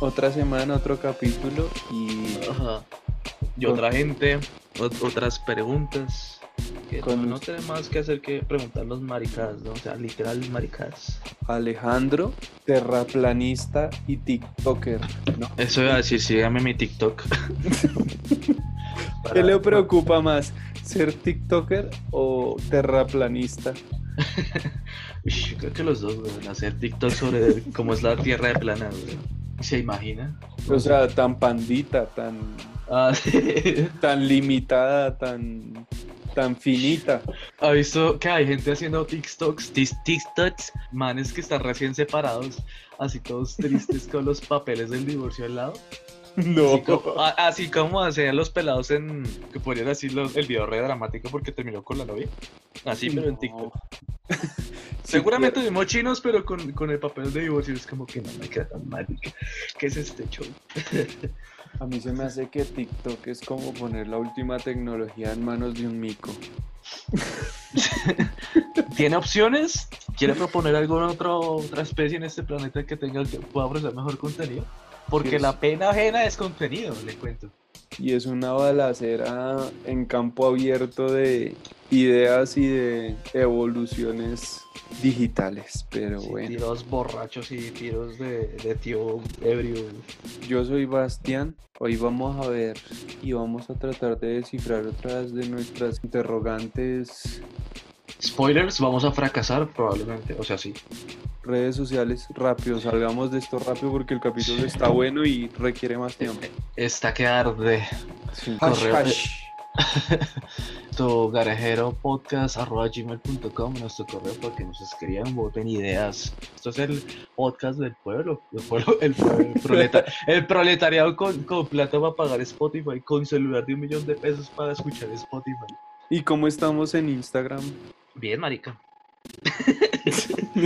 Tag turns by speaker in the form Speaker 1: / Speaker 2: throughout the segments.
Speaker 1: Otra semana, otro capítulo y
Speaker 2: Ajá. Y
Speaker 1: Con-
Speaker 2: otra gente, ot- otras preguntas. Que
Speaker 1: Con-
Speaker 2: no, no tenemos más que hacer que preguntarnos maricadas, ¿no? O sea, literal maricadas.
Speaker 1: Alejandro, terraplanista y TikToker.
Speaker 2: Eso iba a decir, sígame mi TikTok.
Speaker 1: ¿Qué
Speaker 2: Para-
Speaker 1: le preocupa más, ser TikToker o terraplanista?
Speaker 2: Ush, yo creo que los dos, weón, hacer TikTok sobre cómo es la tierra de plana, weón. ¿Se imagina?
Speaker 1: O sea, tan pandita, tan,
Speaker 2: Ah, sí.
Speaker 1: tan limitada, tan, tan finita.
Speaker 2: ¿Ha visto que hay gente haciendo TikToks, tis- TikToks, manes que están recién separados, así todos tristes con los papeles del divorcio al lado? Así como,
Speaker 1: No.
Speaker 2: a- así como hacían los pelados en. que podrían decir los- el video re dramático porque terminó con la novia. Así, pero en TikTok. Seguramente vimos chinos, pero con, con el papel de divorcio es como que no me queda tan mal. ¿Qué, qué es este show?
Speaker 1: A mí se me hace que TikTok es como poner la última tecnología en manos de un mico.
Speaker 2: ¿Tiene opciones? ¿Quiere proponer alguna otra, otra especie en este planeta que tenga que pueda ofrecer mejor contenido? Porque
Speaker 1: Yes.
Speaker 2: la pena ajena es contenido, le cuento.
Speaker 1: Y es una balacera en campo abierto de ideas y de evoluciones digitales. Pero
Speaker 2: Sí,
Speaker 1: bueno,
Speaker 2: Tiros borrachos y tiros de, de tío ebrio.
Speaker 1: yo soy Bastián. Hoy vamos a ver y vamos a tratar de descifrar otras de nuestras interrogantes
Speaker 2: Spoilers, vamos a fracasar probablemente. O sea, sí.
Speaker 1: redes sociales rápido. Salgamos de esto rápido porque el capítulo está bueno y requiere más tiempo.
Speaker 2: Está que arde.
Speaker 1: Sí.
Speaker 2: Eh, Hash, hash. Tu garajero podcast arroba gmail.com, nuestro correo para que nos escriban, voten ideas. Esto es el podcast del pueblo, el, pueblo, el, pueblo, el proleta- el proletariado con, con plata para pagar Spotify, con celular de un millón de pesos para escuchar Spotify.
Speaker 1: ¿Y cómo estamos en Instagram?
Speaker 2: Bien, marica.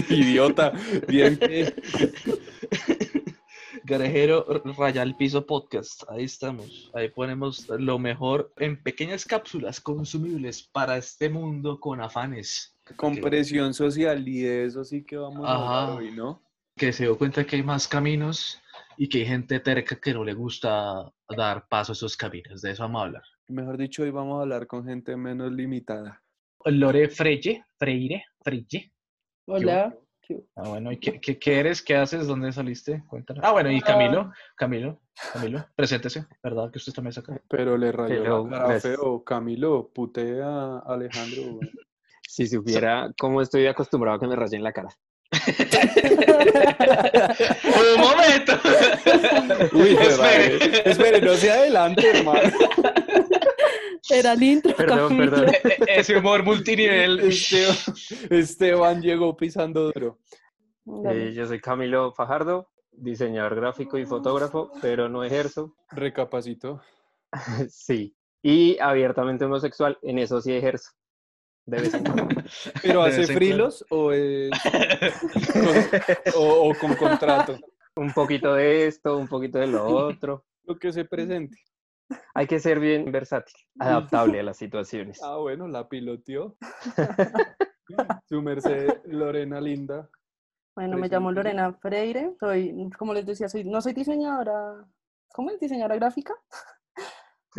Speaker 1: Idiota. Bien que
Speaker 2: Garajero Raya al Piso Podcast. Ahí estamos. Ahí ponemos lo mejor en pequeñas cápsulas consumibles para este mundo con afanes.
Speaker 1: con
Speaker 2: Que-
Speaker 1: presión social y de eso sí que vamos a
Speaker 2: Ajá.
Speaker 1: hablar hoy, ¿no?
Speaker 2: que se dio cuenta que hay más caminos y que hay gente terca que no le gusta dar paso a esos caminos. De eso vamos a hablar.
Speaker 1: Mejor dicho, hoy vamos a hablar con gente menos limitada.
Speaker 2: Lore Freye, Freire, Freye. Hola. Ah, bueno, ¿y qué, qué, qué eres? ¿Qué haces? ¿Dónde saliste? Cuéntanos. Ah, bueno, y Camilo, Camilo, Camilo, preséntese, ¿verdad? Que usted también es acá.
Speaker 1: Pero le rayó
Speaker 2: Pero,
Speaker 1: la cara
Speaker 3: pues-
Speaker 1: feo. Camilo, putea a Alejandro. güey.
Speaker 3: Si supiera cómo estoy acostumbrado a que me rayen la cara.
Speaker 2: ¡Un momento!
Speaker 1: Uy, se
Speaker 2: Espere.
Speaker 1: rayó. Espere, no se adelante, hermano.
Speaker 4: Era el intro.
Speaker 3: Perdón,
Speaker 4: Camilo.
Speaker 3: perdón.
Speaker 2: E- e- Ese humor multinivel.
Speaker 1: Este- Esteban llegó pisando duro.
Speaker 3: Eh, yo soy Camilo Fajardo, diseñador gráfico y fotógrafo, pero no ejerzo.
Speaker 1: Recapacitó.
Speaker 3: Sí. Y abiertamente homosexual, en eso sí ejerzo. De vez en cuando.
Speaker 1: ¿Pero
Speaker 2: De
Speaker 1: hace
Speaker 2: vez en cuando.
Speaker 1: frilos o, es- con- o- o con contrato?
Speaker 3: Un poquito de esto, un poquito de lo otro.
Speaker 1: Lo que se presente.
Speaker 3: Hay que ser bien versátil, adaptable a las situaciones.
Speaker 1: Ah, bueno, la piloteó. Su merced, Lorena Linda.
Speaker 4: Bueno,
Speaker 3: pues,
Speaker 4: me llamo
Speaker 1: Preséntese.
Speaker 4: Lorena Freire. Soy, como les decía, soy, no soy diseñadora. ¿Cómo es? Diseñadora gráfica.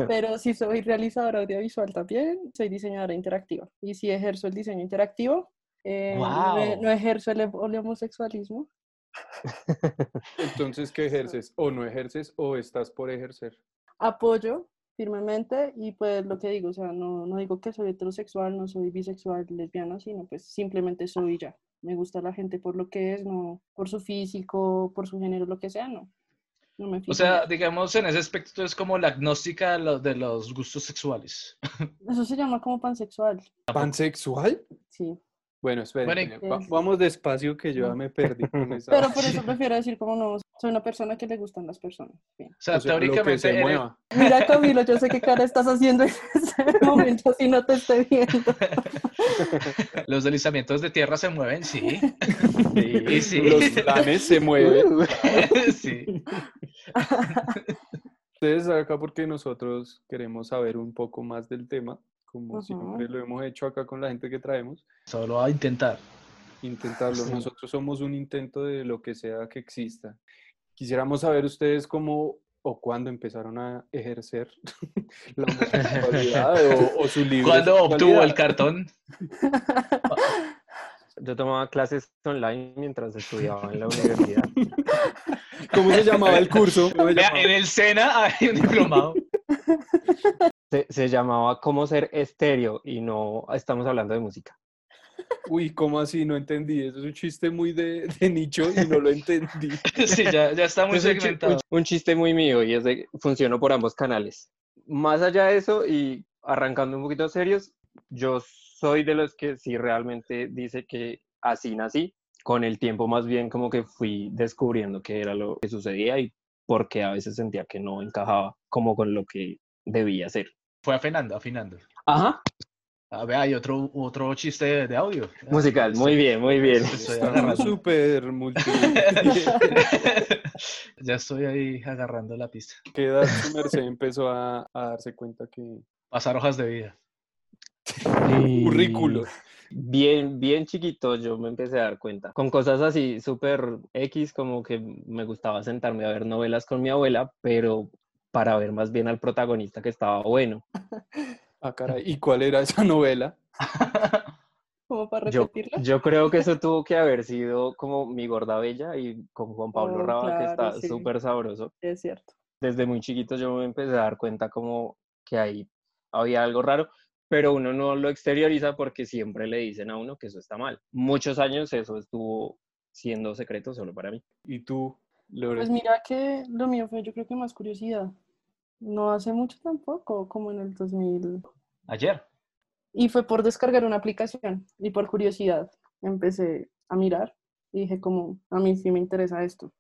Speaker 4: Pero sí soy realizadora audiovisual también. Soy diseñadora interactiva. Y sí ejerzo el diseño interactivo. eh, no, e-
Speaker 2: Guau.
Speaker 4: no ejerzo el, el homosexualismo.
Speaker 1: Entonces, ¿qué ejerces? ¿O no ejerces o estás por ejercer?
Speaker 4: Apoyo firmemente y pues lo que digo, o sea, no, no digo que soy heterosexual, no soy bisexual, lesbiana, sino pues simplemente soy ya. Me gusta la gente por lo que es, no por su físico, por su género, lo que sea, no. No me fijo.
Speaker 2: O sea, digamos, en ese aspecto es como la agnóstica de los, de los gustos sexuales.
Speaker 4: Eso se llama como pansexual,
Speaker 1: ¿Pansexual?
Speaker 4: sí.
Speaker 1: Bueno, esperen.
Speaker 2: Bueno, y-
Speaker 1: esperen, va-
Speaker 4: Es-
Speaker 1: vamos despacio que yo ya me perdí. con esa
Speaker 4: Pero por
Speaker 1: vaina.
Speaker 4: eso prefiero decir como no, soy una persona que le gustan las personas. Bien.
Speaker 2: O sea,
Speaker 1: O sea, lo que
Speaker 2: teóricamente.
Speaker 1: se
Speaker 2: eres-
Speaker 1: mueva.
Speaker 4: Mira Camilo, yo sé qué cara estás haciendo en este momento si no te estoy viendo.
Speaker 2: Los deslizamientos de tierra se mueven, sí.
Speaker 3: Sí.
Speaker 2: Y sí.
Speaker 1: Los planes se mueven.
Speaker 2: sí.
Speaker 1: Ustedes acá porque nosotros queremos saber un poco más del tema, como
Speaker 4: Ujú.
Speaker 1: siempre lo hemos hecho acá con la gente que traemos,
Speaker 2: Solo a intentar.
Speaker 1: intentarlo.
Speaker 3: Sí.
Speaker 1: Nosotros somos un intento de lo que sea que exista. Quisiéramos saber ustedes cómo o cuándo empezaron a ejercer la homosexualidad o, o su libre
Speaker 5: ¿Cuándo obtuvo el
Speaker 1: sexualidad.
Speaker 5: cartón?
Speaker 3: Yo tomaba clases online mientras estudiaba en la universidad.
Speaker 1: ¿Cómo se llamaba el curso? ¿Cómo se
Speaker 5: Vea, eh.
Speaker 1: llamaba?
Speaker 5: en el SENA hay un diplomado.
Speaker 3: Se, se llamaba Cómo ser estéreo y no estamos hablando de música.
Speaker 1: Uy, ¿cómo así? No entendí. Eso es un chiste muy de, de nicho y no lo entendí.
Speaker 5: Sí, ya, ya está muy
Speaker 3: Es Pues, un chi-
Speaker 5: segmentado.
Speaker 3: un, un chiste muy mío y es de funcionó por ambos canales. Más allá de eso y arrancando un poquito serios, yo soy de los que sí realmente dice que así nací. Con el tiempo más bien como que fui descubriendo qué era lo que sucedía y por qué a veces sentía que no encajaba como con lo que debía ser.
Speaker 5: Fue afinando, afinando.
Speaker 3: Ajá.
Speaker 5: Ah, vea, hay otro, otro chiste de, de audio. Ah,
Speaker 3: Musical, muy bien, muy bien.
Speaker 5: Estoy
Speaker 1: Estamos
Speaker 5: agarrando.
Speaker 1: súper multi.
Speaker 5: ya estoy ahí agarrando la pista.
Speaker 1: ¿Qué edad su merced empezó a, a darse cuenta que...
Speaker 5: Pasar hojas de vida.
Speaker 1: Currículo.
Speaker 3: Bien, bien chiquito yo me empecé a dar cuenta. Con cosas así súper X, como que me gustaba sentarme a ver novelas con mi abuela, pero para ver más bien al protagonista que estaba bueno.
Speaker 1: Ah, caray. ¿Y cuál era esa novela?
Speaker 4: Como para
Speaker 3: Yo,
Speaker 4: repetirla.
Speaker 3: yo creo que eso tuvo que haber sido como Mi Gorda Bella y con Juan Pablo
Speaker 4: Oh,
Speaker 3: Raba, que
Speaker 4: claro,
Speaker 3: está
Speaker 4: sí.
Speaker 3: súper sabroso.
Speaker 4: Es cierto.
Speaker 3: desde muy chiquito yo me empecé a dar cuenta como que ahí había algo raro, pero uno no lo exterioriza porque siempre le dicen a uno que eso está mal. Muchos años eso estuvo siendo secreto solo para mí.
Speaker 1: ¿Y tú, Lore?
Speaker 4: Pues mira que lo mío fue yo creo que más curiosidad. No hace mucho tampoco, como en el 2000.
Speaker 5: Ayer.
Speaker 4: Y fue por descargar una aplicación y por curiosidad empecé a mirar y dije como, a mí sí me interesa esto.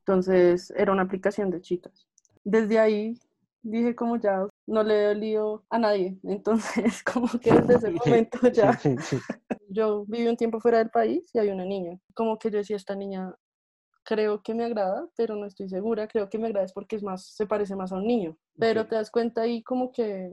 Speaker 4: Entonces era una aplicación de chicas. Desde ahí dije como ya no le lío a nadie. Entonces como que desde ese momento ya yo viví un tiempo fuera del país y había una niña. Como que yo decía, esta niña creo que me agrada, pero no estoy segura. Creo que me agrada es porque es más, se parece más a un niño. Pero
Speaker 1: Ok.
Speaker 4: te das cuenta ahí como que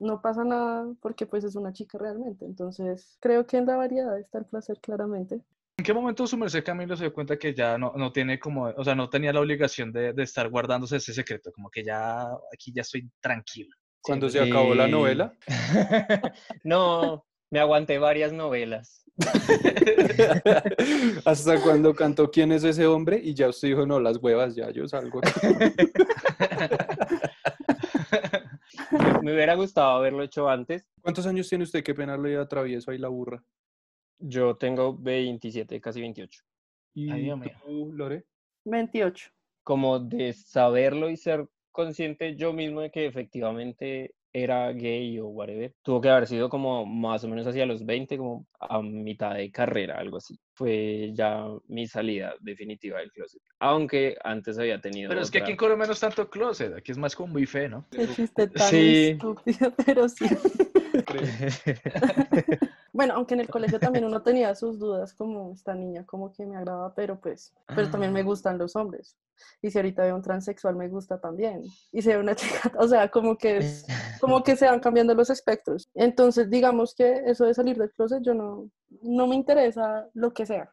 Speaker 4: no pasa nada porque pues es una chica realmente. Entonces creo que en la variedad está el placer claramente.
Speaker 5: ¿En qué momento su merced Camilo se dio cuenta que ya no, no tiene como, o sea, no tenía la obligación de, de estar guardándose ese secreto? Como que ya, aquí ya estoy tranquilo.
Speaker 1: Cuando se acabó la
Speaker 5: Y-
Speaker 1: novela.
Speaker 3: no, me aguanté varias novelas.
Speaker 1: Hasta cuando cantó ¿Quién es ese hombre? Y ya usted dijo, no, las huevas, ya yo salgo.
Speaker 3: Me- Me hubiera gustado haberlo hecho antes.
Speaker 1: ¿Cuántos años tiene usted? Qué pena le atravieso ahí la burra.
Speaker 3: Yo tengo 27, casi 28.
Speaker 1: ¿Y
Speaker 5: Ay, Dios mío.
Speaker 1: tú, Lore?
Speaker 4: 28.
Speaker 3: como de saberlo y ser consciente yo mismo de que efectivamente era gay o whatever, tuvo que haber sido como más o menos hacia los 20, como a mitad de carrera, algo así. Fue ya mi salida definitiva del closet. Aunque antes había tenido
Speaker 5: Pero es que aquí en
Speaker 3: otra-
Speaker 5: Colombia no es tanto closet, aquí es más como buffet, ¿no?
Speaker 4: Qué chiste tan
Speaker 3: Sí.
Speaker 4: estúpido, pero sí. Bueno, aunque en el colegio también uno tenía sus dudas, como esta niña, como que me agrada, pero pues, pero también me
Speaker 5: Ah.
Speaker 4: gustan los hombres. Y si ahorita veo un transexual, me gusta también. Y si veo una chica, o sea, como que es, como que se van cambiando los espectros. Entonces, digamos que eso de salir del closet, yo no, no me interesa lo que sea.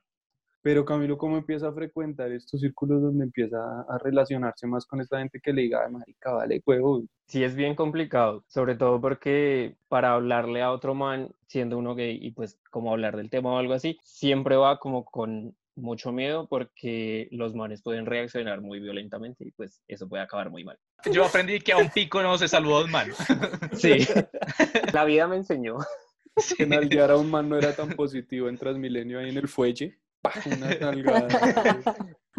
Speaker 1: Pero Camilo, ¿cómo empieza a frecuentar estos círculos donde empieza a relacionarse más con esta gente que le diga, "Ay, marica, vale, huevo?
Speaker 3: Sí, es bien complicado, sobre todo porque para hablarle a otro man, siendo uno gay y pues como hablar del tema o algo así, siempre va como con mucho miedo porque los manes pueden reaccionar muy violentamente y pues eso puede acabar muy mal.
Speaker 5: Yo aprendí que a un pico no se saludó dos manos.
Speaker 3: Sí, la vida me enseñó.
Speaker 1: Que nalguear a un man no era tan positivo en Transmilenio ahí en el fuelle. ¡Pah! Una nalgada.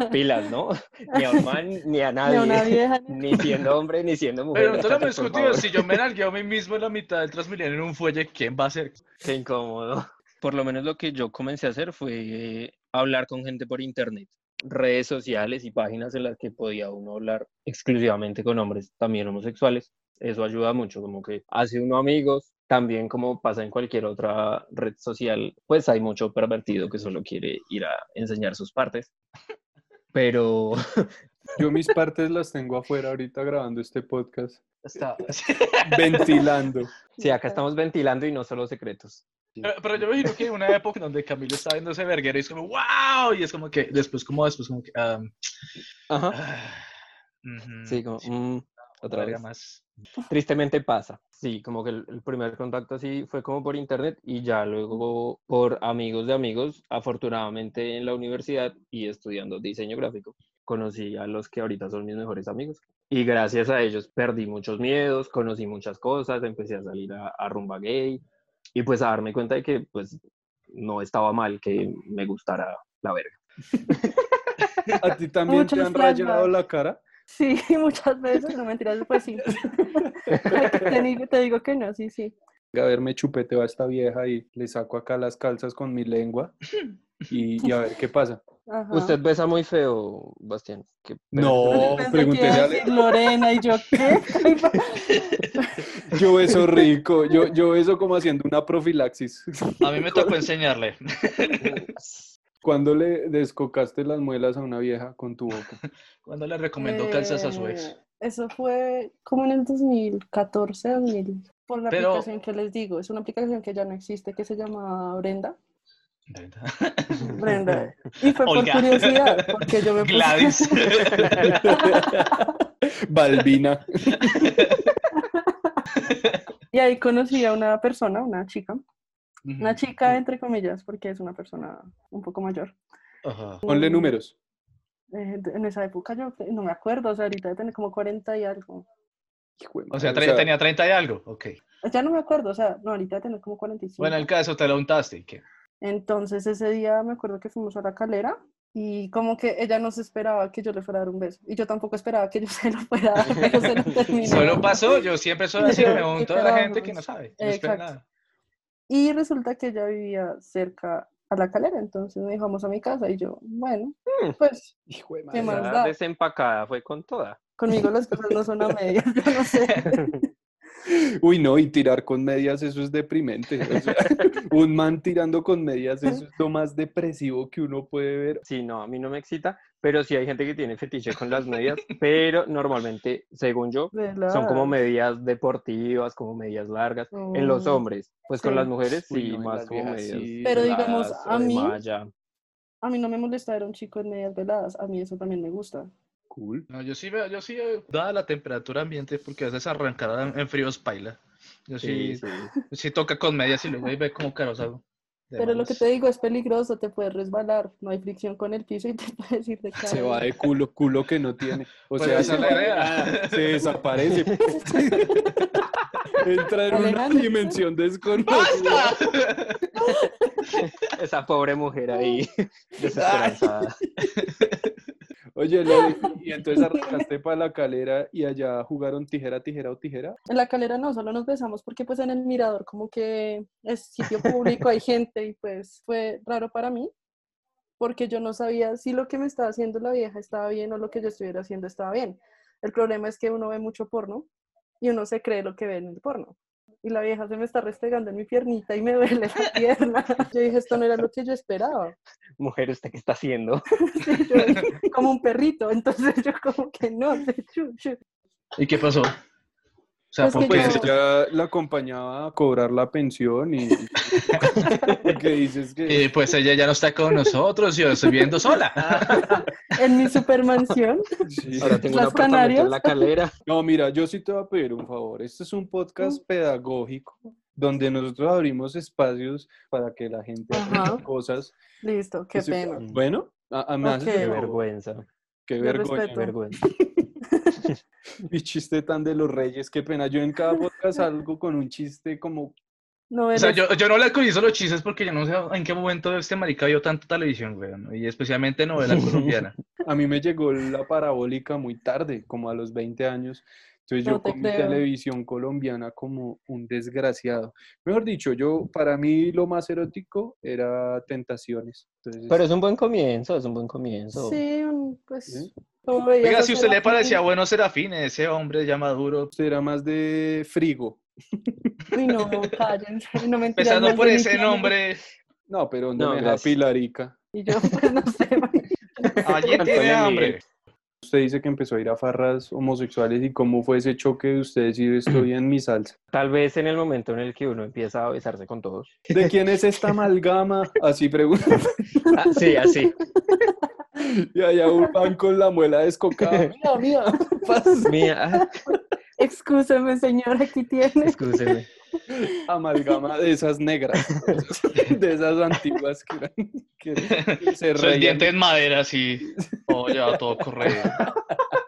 Speaker 3: Pilas, ¿no? Ni a un man, ni a
Speaker 4: Ni
Speaker 3: nadie.
Speaker 4: a una vieja, ni-
Speaker 3: Ni siendo hombre, ni siendo mujer.
Speaker 5: Pero entonces lo hemos
Speaker 3: por
Speaker 5: discutido,
Speaker 3: favor.
Speaker 5: si yo me nalgueo a mí mismo en la mitad del Transmilenio en un fuelle, ¿quién va a ser?
Speaker 3: Qué incómodo. Por lo menos lo que yo comencé a hacer fue hablar con gente por internet, redes sociales y páginas en las que podía uno hablar exclusivamente con hombres, también homosexuales. Eso ayuda mucho, como que hace uno amigos, también como pasa en cualquier otra red social, pues hay mucho pervertido que solo quiere ir a enseñar sus partes. Pero
Speaker 1: Yo mis partes las tengo afuera ahorita grabando este podcast,
Speaker 5: Está...
Speaker 1: ventilando.
Speaker 3: sí, acá estamos ventilando y no solo secretos.
Speaker 2: Pero, pero yo me imagino que en una época donde Camilo está viendo ese verguero y es como, wow, y es como que después, como después, como que... um,
Speaker 3: Ajá.
Speaker 2: ah, ujú,
Speaker 3: Sí, como, mm, otra
Speaker 2: verga
Speaker 3: vez.
Speaker 2: más.
Speaker 3: Tristemente pasa. Sí, como que el, el primer contacto así fue como por internet y ya luego por amigos de amigos, afortunadamente en la universidad y estudiando diseño gráfico, conocí a los que ahorita son mis mejores amigos. Y gracias a ellos perdí muchos miedos, conocí muchas cosas, empecé a salir a, a rumba gay y pues a darme cuenta de que pues no estaba mal que me gustara la verga.
Speaker 1: ¿A ti también te
Speaker 4: Muchos
Speaker 1: han rayado
Speaker 4: flashbacks.
Speaker 1: la cara?
Speaker 4: Sí, muchas veces, no mentiras, pues sí. te, digo, te digo que no, sí, sí.
Speaker 1: A ver, me chupeteo a esta vieja y le saco acá las calzas con mi lengua y, y a ver qué pasa.
Speaker 4: Ajá.
Speaker 3: Usted besa muy feo, Bastián. qué pena. Oh,
Speaker 1: No,
Speaker 4: Pensé que
Speaker 1: pregúntele
Speaker 4: iba a
Speaker 1: a
Speaker 4: decir Lorena y yo, ¿qué?
Speaker 1: Ale- Yo beso rico, yo, yo beso como haciendo una profilaxis.
Speaker 2: A mí me tocó enseñarle.
Speaker 1: ¿Cuándo le descocaste las muelas a una vieja con tu boca?
Speaker 2: Cuando le recomendó calzas a su ex.
Speaker 4: Eh, Eso fue como en el 2014, 2000. Por la
Speaker 2: Pero-
Speaker 4: aplicación que les digo, es una aplicación que ya no existe, que se llama Brenda. Pues, Brenda. Y fue por
Speaker 2: Olga.
Speaker 4: curiosidad, porque yo me puse...
Speaker 2: Gladys.
Speaker 1: Balbina.
Speaker 4: Y ahí conocí a una persona, una chica. Una
Speaker 2: Ujú.
Speaker 4: chica, entre comillas, porque es una persona un poco mayor.
Speaker 2: Ajá.
Speaker 1: Ponle números.
Speaker 4: Eh, de- en esa época yo no me acuerdo, o sea, ahorita de tener como 40 y algo.
Speaker 1: Hijo de
Speaker 2: O sea,
Speaker 1: madre,
Speaker 2: tre- tenía 30 y algo. Ok.
Speaker 4: Ya no me acuerdo, o sea, no, ahorita de tener como 45.
Speaker 2: Bueno, el caso te lo untaste. ¿y ¿Qué?
Speaker 4: Entonces ese día me acuerdo que fuimos a la calera y como que ella no se esperaba que yo le fuera a dar un beso y yo tampoco esperaba que yo se lo fuera a dar, pero se lo terminé.
Speaker 2: Solo pasó. Yo siempre soy así. Me unto a la gente que no sabe. que No espera
Speaker 4: Exacto.
Speaker 2: nada.
Speaker 4: Y resulta que ella vivía cerca a la calera, entonces me dijo, vamos a mi casa y yo, bueno,
Speaker 3: Hmm.
Speaker 4: pues
Speaker 1: Hijo de
Speaker 4: ¿Qué
Speaker 1: madre.
Speaker 4: más
Speaker 3: Esa
Speaker 4: da?
Speaker 3: desempacada fue con toda.
Speaker 4: conmigo las cosas no son a medias, yo no sé.
Speaker 1: Uy, no, y tirar con medias, eso es deprimente. o sea, un man tirando con medias, eso es lo más depresivo que uno puede ver.
Speaker 3: Sí, no, a mí no me excita, pero sí hay gente que tiene fetiche con las medias, pero normalmente, según yo, son como
Speaker 4: ¿verdad?
Speaker 3: medidas deportivas, como medias largas. En los
Speaker 4: Mm.
Speaker 3: hombres, pues con
Speaker 4: Sí.
Speaker 3: las mujeres
Speaker 1: Uy,
Speaker 3: sí,
Speaker 1: no, en
Speaker 3: más
Speaker 1: las
Speaker 3: como
Speaker 1: viejas,
Speaker 3: medias.
Speaker 1: sí.
Speaker 4: Pero digamos,
Speaker 3: veladas
Speaker 4: a
Speaker 3: o de
Speaker 4: mí-
Speaker 3: malla.
Speaker 4: A mí no me molesta ver a un chico en medias veladas, a mí eso también me gusta.
Speaker 1: Cool.
Speaker 2: No, yo sí veo, yo sí, eh, dada la temperatura ambiente, porque a veces arrancará en fríos paila. Yo sí,
Speaker 3: Sí,
Speaker 2: sí,
Speaker 3: sí.
Speaker 2: toca con medias y luego ahí ve como caros algo. de
Speaker 4: Pero lo que
Speaker 2: malas.
Speaker 4: te digo es peligroso, te puedes resbalar, no hay fricción con el piso y te puedes ir de cara.
Speaker 1: Se va de culo, culo que no tiene. O
Speaker 2: Pues
Speaker 1: sea,
Speaker 2: esa es la
Speaker 1: se, va-
Speaker 2: idea.
Speaker 1: ah, se desaparece. Entra en una
Speaker 4: Alejandro.
Speaker 1: dimensión desconocida.
Speaker 3: Esa pobre mujer ahí, desesperanzada.
Speaker 1: Oye, Lore, y entonces arrancaste para la calera y allá jugaron tijera, tijera o tijera.
Speaker 4: En la calera no, solo nos besamos porque pues en el mirador como que es sitio público, hay gente y pues fue raro para mí porque yo no sabía si lo que me estaba haciendo la vieja estaba bien o lo que yo estuviera haciendo estaba bien. El problema es que uno ve mucho porno y uno se cree lo que ve en el porno. Y la vieja se me está restregando en mi piernita y me duele la pierna. Yo dije, esto no era lo que yo esperaba.
Speaker 3: Mujer, ¿usted qué está haciendo?
Speaker 4: Sí, yo como un perrito, entonces yo como que no. chu, chu.
Speaker 2: ¿Y qué pasó? O sea,
Speaker 4: Pues que
Speaker 2: porque
Speaker 1: Pues
Speaker 4: yo-
Speaker 1: ya la acompañaba a cobrar la pensión y porque dices que
Speaker 2: eh, pues ella ya no está con nosotros, yo estoy viviendo
Speaker 4: Ah,
Speaker 2: sola.
Speaker 4: En mi supermansión.
Speaker 1: sí.
Speaker 3: Ahora tengo un
Speaker 4: ¿Las
Speaker 3: apartamento en
Speaker 4: Canarias?
Speaker 3: la calera.
Speaker 1: No, mira, yo sí te voy a pedir un favor. Este es un podcast pedagógico donde nosotros abrimos espacios para que la gente aprenda
Speaker 4: Ajá.
Speaker 1: cosas.
Speaker 4: Listo, qué
Speaker 1: Eso-
Speaker 4: pena.
Speaker 1: Bueno, a, a- me haces el
Speaker 4: Ok. No.
Speaker 3: Qué
Speaker 1: favor.
Speaker 3: vergüenza,
Speaker 1: Qué
Speaker 4: Yo
Speaker 1: vergüenza.
Speaker 3: qué
Speaker 4: respeto.
Speaker 3: vergüenza.
Speaker 1: Y chiste tan de los reyes, qué pena. Yo en cada podcast salgo con un chiste como
Speaker 4: No
Speaker 2: O sea,
Speaker 4: eres-
Speaker 2: yo, yo no le actualizo los chistes porque yo no sé en qué momento este marica vio tanta televisión, güey, ¿no? y especialmente novela colombiana.
Speaker 1: a mí me llegó la parabólica muy tarde, como a los 20 años. Entonces yo
Speaker 4: No te
Speaker 1: con mi
Speaker 4: creo.
Speaker 1: televisión colombiana como un desgraciado. Mejor dicho, yo para mí lo más erótico era Tentaciones. Entonces,
Speaker 3: Pero es un buen comienzo, es un buen comienzo.
Speaker 4: Sí, un- pues.
Speaker 1: ¿Sí?
Speaker 4: como veías
Speaker 2: Oiga,
Speaker 4: a
Speaker 2: si usted le
Speaker 4: Serafín,
Speaker 2: parecía bueno Serafín, ese hombre ya maduro,
Speaker 1: usted era más de frigo.
Speaker 4: Uy, no, cállense, no mentiras,
Speaker 2: empezando
Speaker 4: mal
Speaker 2: por
Speaker 4: de mi
Speaker 2: ese
Speaker 4: clase.
Speaker 2: nombre.
Speaker 1: No, pero ¿dónde
Speaker 3: No,
Speaker 1: me deja
Speaker 3: gracias.
Speaker 1: Pilarica?
Speaker 4: Y yo, pues no sé.
Speaker 2: Alguien tiene
Speaker 3: Antonio
Speaker 2: hambre.
Speaker 3: Miguel.
Speaker 1: Usted dice que empezó a ir a farras homosexuales y cómo fue ese choque de usted decir estoy en mi salsa.
Speaker 3: Tal vez en el momento en el que uno empieza a besarse con todos.
Speaker 1: ¿De quién es esta amalgama? Así pregunta.
Speaker 3: Ah, sí, así.
Speaker 1: Y allá van con la muela descocada. Mira, mira. Pas-
Speaker 3: Mía, ah,
Speaker 4: Excúseme, señor, aquí tiene.
Speaker 3: excúseme.
Speaker 1: Amalgama de esas negras. De esas antiguas que, eran- que- que se
Speaker 2: Eso es
Speaker 1: reían.
Speaker 2: diente en madera, así. Todo llevado, todo corrido.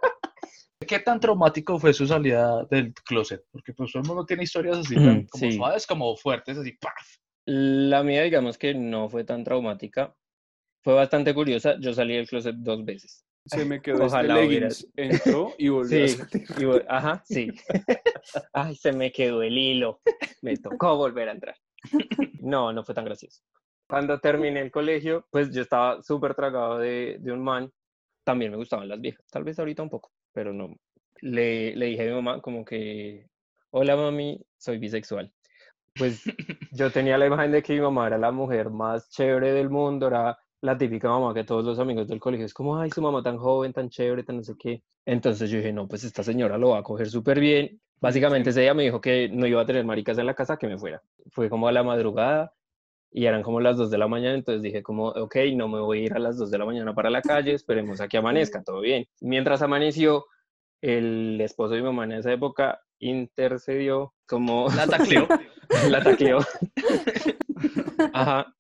Speaker 5: ¿Qué tan traumático fue su salida del closet? Porque pues todo el mundo tiene historias así,
Speaker 3: Mm,
Speaker 5: tan, como
Speaker 3: sí.
Speaker 5: suaves, como fuertes, así, ¡paf!
Speaker 3: La mía, digamos que no fue tan traumática. Fue bastante curiosa. Yo salí del closet dos veces.
Speaker 1: Se me quedó
Speaker 3: Ojalá
Speaker 1: este leggings. Entró y volvió.
Speaker 3: Sí, y vol- ajá, sí. Ay, se me quedó el hilo. Me tocó volver a entrar. No, no fue tan gracioso. Cuando terminé el colegio, pues yo estaba súper tragado de, de un man. También me gustaban las viejas, tal vez ahorita un poco, pero no. Le, le dije a mi mamá como que, hola mami, soy bisexual. Pues yo tenía la imagen de que mi mamá era la mujer más chévere del mundo, era la típica mamá que todos los amigos del colegio es como, ay, su mamá tan joven, tan chévere, tan no sé qué. Entonces yo dije, no, pues esta señora lo va a coger súper bien. Básicamente ese día me dijo que no iba a tener maricas en la casa, que me fuera. Fue como a la madrugada y eran como las 2 de la mañana, entonces dije como, ok, no me voy a ir a las 2 de la mañana para la calle, esperemos a que amanezca, todo bien. Mientras amaneció, el esposo de mi mamá en esa época intercedió como
Speaker 2: La tacleo.
Speaker 3: la tacleó. Ajá.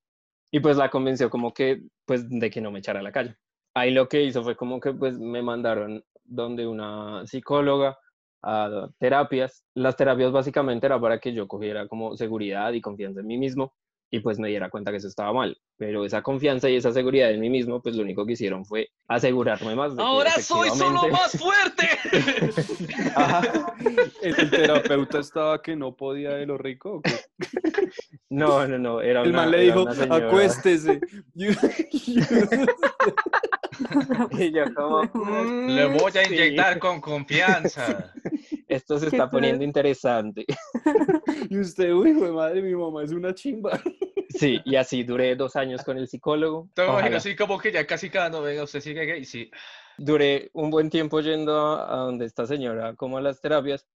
Speaker 3: Y pues la convenció como que, pues, de que no me echara a la calle. Ahí lo que hizo fue como que, pues, me mandaron donde una psicóloga a terapias. Las terapias básicamente era para que yo cogiera como seguridad y confianza en mí mismo y pues me diera cuenta que eso estaba mal. Pero esa confianza y esa seguridad en mí mismo, pues lo único que hicieron fue asegurarme más. de que
Speaker 2: Ahora soy solo
Speaker 3: efectivamente-
Speaker 2: más fuerte.
Speaker 1: Ajá. El terapeuta estaba que no podía de lo rico. ¿o qué?
Speaker 3: No, no, no. Era
Speaker 1: El
Speaker 3: una-
Speaker 1: man le
Speaker 3: era
Speaker 1: dijo,
Speaker 3: una señora.
Speaker 1: acuéstese. Y-
Speaker 3: Y yo como, "Mm,
Speaker 2: Le voy a
Speaker 3: sí.
Speaker 2: inyectar con confianza.
Speaker 3: esto se
Speaker 4: Qué
Speaker 3: está
Speaker 4: tal.
Speaker 3: poniendo interesante.
Speaker 1: Y usted, uy, jue madre, mi mamá es una chimba.
Speaker 3: Sí, y así duré dos años con el psicólogo.
Speaker 2: Te imagino
Speaker 3: Ojalá.
Speaker 2: así como que ya casi cada no venga, usted sigue gay. Sí.
Speaker 3: Duré un buen tiempo yendo a, a donde esta señora, como a las terapias,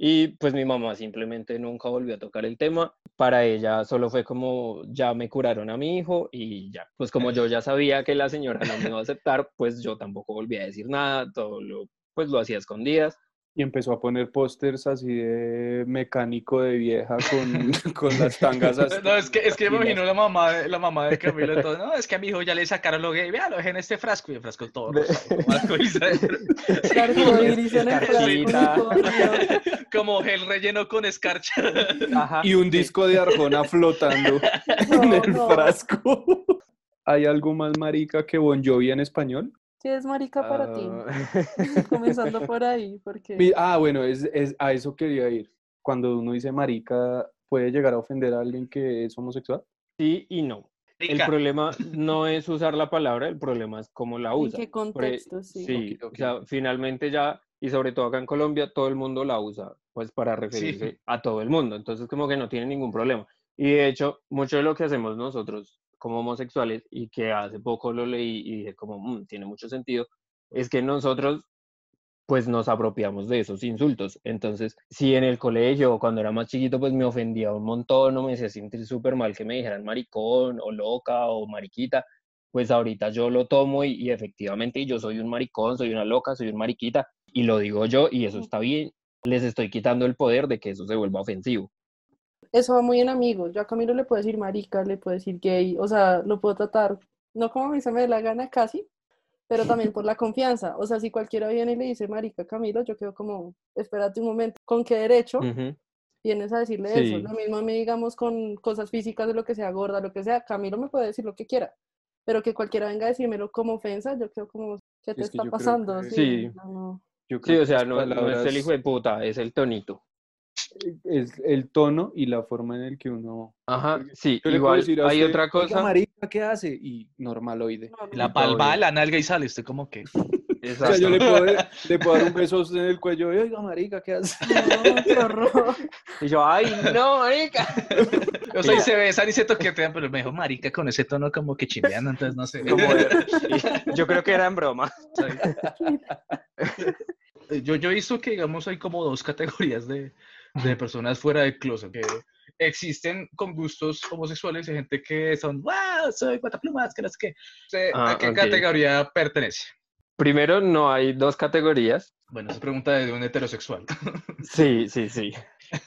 Speaker 3: y pues mi mamá simplemente nunca volvió a tocar el tema. Para ella solo fue como, ya me curaron a mi hijo y ya. Pues como yo ya sabía que la señora no me iba a aceptar, pues yo tampoco volví a decir nada, todo lo, pues lo hacía a escondidas.
Speaker 1: Y empezó a poner pósters así de mecánico de vieja con, con las tangas así.
Speaker 2: No, es que, es que yo me imagino la mamá, de- la mamá de Camilo. Todo, no, es que a mi hijo ya le sacaron lo gay. Vea, lo dejé en este frasco. Y el frasco todo.
Speaker 3: De-
Speaker 2: rosado, como arcoíris adentro.
Speaker 4: Arcoíris en el
Speaker 3: Escarchita.
Speaker 4: frasco, unicornio.
Speaker 2: Como gel relleno con escarcha.
Speaker 3: Ajá,
Speaker 1: Y un
Speaker 3: sí.
Speaker 1: disco de Arjona flotando en
Speaker 4: No,
Speaker 1: el
Speaker 4: no.
Speaker 1: frasco. ¿Hay algo más marica que Bon Jovi en español?
Speaker 4: ¿Qué es marica para
Speaker 3: Ah,
Speaker 4: ti? Comenzando por ahí, porque...
Speaker 1: Mi- Ah, bueno, es, es- a eso quería ir. Cuando uno dice marica, ¿puede llegar a ofender a alguien que es homosexual?
Speaker 3: sí y no. El
Speaker 2: Rica.
Speaker 3: problema no es usar la palabra, el problema es cómo la
Speaker 4: ¿En
Speaker 3: usa.
Speaker 4: qué
Speaker 3: Por e-
Speaker 4: contexto? Sí.
Speaker 3: Sí,
Speaker 1: Ok, ok.
Speaker 3: o sea, finalmente ya, y sobre todo acá en Colombia, todo el mundo la usa, pues para referirse a todo el mundo. Entonces, como que no tiene ningún problema. Y de hecho, mucho de lo que hacemos nosotros como homosexuales, y que hace poco lo leí y dije como, "Mm, tiene mucho sentido, es que nosotros pues nos apropiamos de esos insultos. Entonces, si en el colegio o cuando era más chiquito, pues me ofendía un montón o me hacía sentir súper mal que me dijeran maricón o loca o mariquita, pues ahorita yo lo tomo y, y efectivamente yo soy un maricón, soy una loca, soy un mariquita y lo digo yo y eso está bien. Les estoy quitando el poder de que eso se vuelva ofensivo.
Speaker 4: Eso va muy en amigos. Yo a Camilo le puedo decir marica, le puedo decir gay, o sea, lo puedo tratar, no como a mí se me dé la gana casi, pero también por la confianza. O sea, si cualquiera viene y le dice marica a Camilo, yo quedo como, espérate un momento, ¿con qué derecho vienes a decirle eso?
Speaker 3: Mm. Sí.
Speaker 4: Lo mismo a mí, digamos, con cosas físicas, de lo que sea gorda, lo que sea, Camilo me puede decir lo que quiera, pero que cualquiera venga a decírmelo como ofensa, yo quedo como, ¿qué te
Speaker 1: Es que yo
Speaker 4: está
Speaker 1: creo
Speaker 4: pasando?
Speaker 1: que-
Speaker 3: Sí.
Speaker 4: no, no.
Speaker 1: Yo
Speaker 3: Sí,
Speaker 1: creo
Speaker 3: o
Speaker 1: que
Speaker 3: sea,
Speaker 1: las
Speaker 3: no, no es
Speaker 1: palabras-
Speaker 3: el hijo de puta, es el tonito.
Speaker 1: es el tono y la forma en el que uno.
Speaker 3: Ajá,
Speaker 1: Porque
Speaker 3: sí,
Speaker 1: Yo le puedo
Speaker 3: igual
Speaker 1: decir a
Speaker 3: hay
Speaker 1: usted,
Speaker 3: otra
Speaker 1: "Oiga,
Speaker 3: cosa.
Speaker 1: marica, ¿qué hace? Y normaloide.
Speaker 4: No, no.
Speaker 2: La palma de la nalga y sale. Usted como que.
Speaker 1: O sea, yo le puedo, le puedo dar un beso a usted en el cuello y, oiga, marica, ¿qué haces?
Speaker 4: No, qué horror.
Speaker 3: Y yo, ay, no, marica.
Speaker 2: O sea, y se besan y se toquetean, pero me dijo, marica, con ese tono como que chimean, entonces no sé.
Speaker 3: Como era. Yo creo que era en broma.
Speaker 2: Eh, Yo, yo he visto que, digamos, hay como dos categorías de, de personas fuera del closet. Que existen con gustos homosexuales y gente que son, wow, soy cuataplumas, que no sé qué. O sea,
Speaker 3: Ah,
Speaker 2: ¿A qué
Speaker 3: ok.
Speaker 2: categoría pertenece?
Speaker 3: Primero, no hay dos categorías.
Speaker 2: Bueno, esa pregunta es de un heterosexual.
Speaker 3: Sí, sí, sí.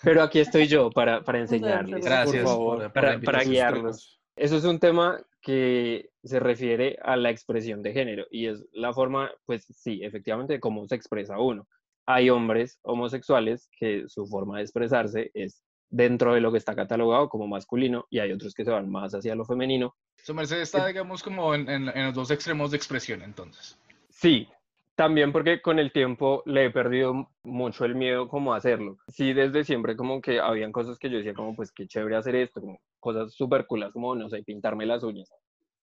Speaker 3: Pero aquí estoy yo para, para
Speaker 4: sea,
Speaker 3: enseñarles.
Speaker 4: pero-
Speaker 2: Gracias
Speaker 1: Por favor.
Speaker 2: por- por
Speaker 3: Para-
Speaker 2: la invitación.
Speaker 3: para guiarnos. Eso es un tema que se refiere a la expresión de género y es la forma, pues sí, efectivamente, de cómo se expresa uno. Hay hombres homosexuales que su forma de expresarse es dentro de lo que está catalogado como masculino y hay otros que se van más hacia lo femenino.
Speaker 2: Su merced está, digamos, como en, en- en los dos extremos de expresión, entonces.
Speaker 3: Sí, también porque con el tiempo le he perdido m- mucho el miedo como a hacerlo. Sí, desde siempre como que habían cosas que yo decía como pues qué chévere hacer esto, como cosas súper culas como no sé, pintarme las uñas.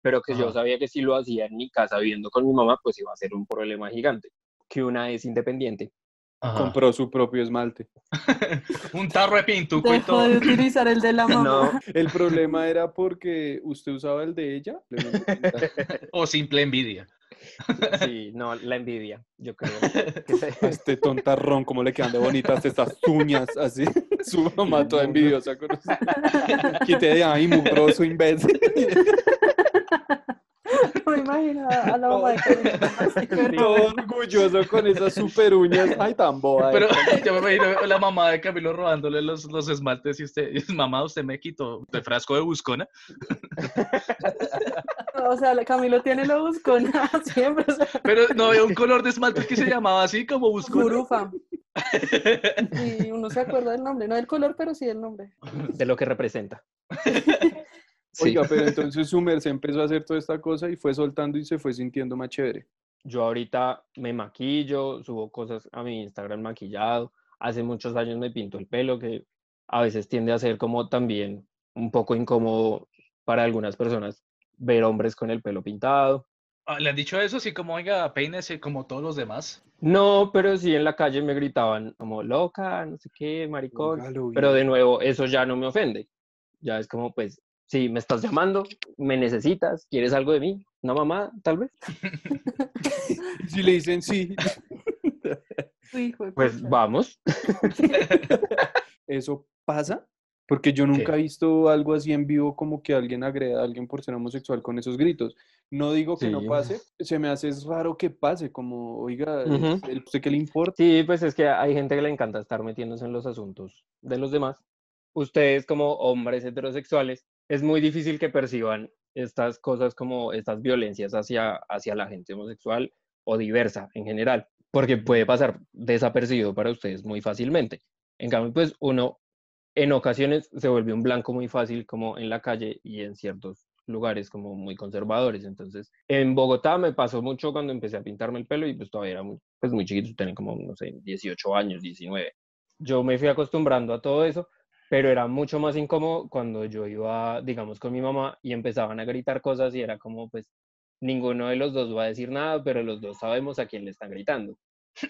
Speaker 3: Pero que yo
Speaker 2: Ajá.
Speaker 3: sabía que si lo hacía en mi casa viviendo con mi mamá, pues iba a ser un problema gigante. Que una es independiente.
Speaker 2: Ah.
Speaker 1: Compró su propio esmalte.
Speaker 2: un tarro de pintuco y
Speaker 4: Dejó
Speaker 2: todo.
Speaker 4: de utilizar el de la mamá.
Speaker 3: No,
Speaker 1: El problema era porque usted usaba el de ella.
Speaker 2: O simple envidia.
Speaker 3: sí, no, la envidia, yo creo. que se-
Speaker 1: A este tontarrón, cómo le quedan de bonitas estas uñas, así. Su mamá toda envidiosa con usted. Quite de ahí, mugroso imbécil.
Speaker 4: Me imagino a la mamá de Camila así que
Speaker 1: Todo orgulloso con esas super uñas. Ay, tan boba.
Speaker 2: Pero yo me imagino la mamá de Camilo robándole los, los esmaltes y usted, mamá, usted me quitó el frasco de buscona.
Speaker 4: no, O sea, la Camilo tiene la buscona siempre. o sea,
Speaker 2: Pero no había un color de esmalte que se llamaba así como buscona.
Speaker 4: Jurufa. Y uno se acuerda del nombre, no del color, pero sí del nombre.
Speaker 3: de lo que representa.
Speaker 1: Oiga, pero entonces su merced empezó a hacer toda esta cosa y fue soltando y se fue sintiendo más chévere.
Speaker 3: Yo ahorita me maquillo, subo cosas a mi Instagram maquillado. Hace muchos años me pinto el pelo, que a veces tiende a ser como también un poco incómodo para algunas personas ver hombres con el pelo pintado.
Speaker 2: Ah, Le han dicho eso así como, oiga, peínese como todos los demás.
Speaker 3: No, pero sí en la calle me gritaban como loca, no sé qué, maricón.
Speaker 1: Póngalo bien.
Speaker 3: Pero de nuevo, eso ya no me ofende. Ya es como, pues, si me estás llamando, me necesitas, quieres algo de mí, una mamá, tal vez.
Speaker 1: Y Si le dicen sí,
Speaker 4: Hijo de
Speaker 3: Pues
Speaker 4: pucha.
Speaker 3: vamos.
Speaker 1: ¿eso pasa? Porque yo nunca he visto algo así en vivo como que alguien agreda a alguien por ser homosexual con esos gritos. No digo que no
Speaker 3: Sí.
Speaker 1: pase, se me hace es raro que pase, como, oiga,
Speaker 3: Ujú.
Speaker 1: ¿el- ¿usted qué le importa?
Speaker 3: Sí, pues es que hay gente que le encanta estar metiéndose en los asuntos de los demás. Ustedes como hombres heterosexuales, es muy difícil que perciban estas cosas como estas violencias hacia, hacia la gente homosexual o diversa en general, porque puede pasar desapercibido para ustedes muy fácilmente. En cambio, pues uno en ocasiones se vuelve un blanco muy fácil como en la calle y en ciertos lugares como muy conservadores. Entonces, en Bogotá me pasó mucho cuando empecé a pintarme el pelo y pues todavía era muy, pues muy chiquito, tenía como, no sé, 18 años, 19. Yo me fui acostumbrando a todo eso, pero era mucho más incómodo cuando yo iba, digamos, con mi mamá y empezaban a gritar cosas y era como, pues, ninguno de los dos va a decir nada, pero los dos sabemos a quién le están gritando.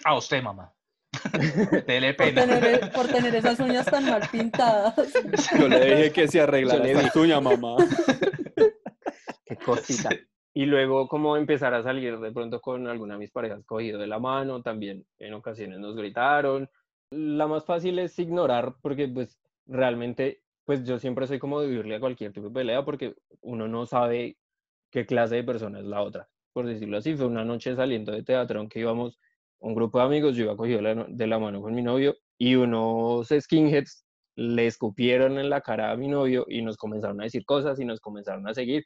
Speaker 2: A usted, mamá. Dele
Speaker 4: Por tener, e,
Speaker 2: pena.
Speaker 4: por tener esas uñas tan mal pintadas.
Speaker 1: Yo le dije que se
Speaker 3: Yo
Speaker 1: arreglara
Speaker 3: le
Speaker 1: esta tuya, mamá.
Speaker 3: Qué cosita. Y luego como empezar a salir de pronto con alguna de mis parejas cogido de la mano, también en ocasiones nos gritaron. La más fácil es ignorar porque pues realmente pues yo siempre soy como de vivirle a cualquier tipo de pelea porque uno no sabe qué clase de persona es la otra. Por decirlo así, fue una noche saliendo de teatro en que íbamos un grupo de amigos, yo iba cogido de la no- de la mano con mi novio y unos skinheads le escupieron en la cara a mi novio y nos comenzaron a decir cosas y nos comenzaron a seguir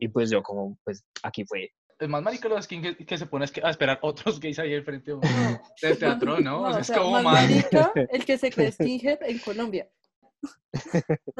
Speaker 3: y pues yo como, pues aquí fue.
Speaker 2: El más marico de los skinheads que, se pone es que, a esperar otros gays ahí al frente del teatro, ¿no?
Speaker 4: No,
Speaker 2: O sea,
Speaker 4: o
Speaker 2: es
Speaker 4: sea,
Speaker 2: como
Speaker 4: más
Speaker 2: más.
Speaker 4: marica el que se cree skinhead en Colombia.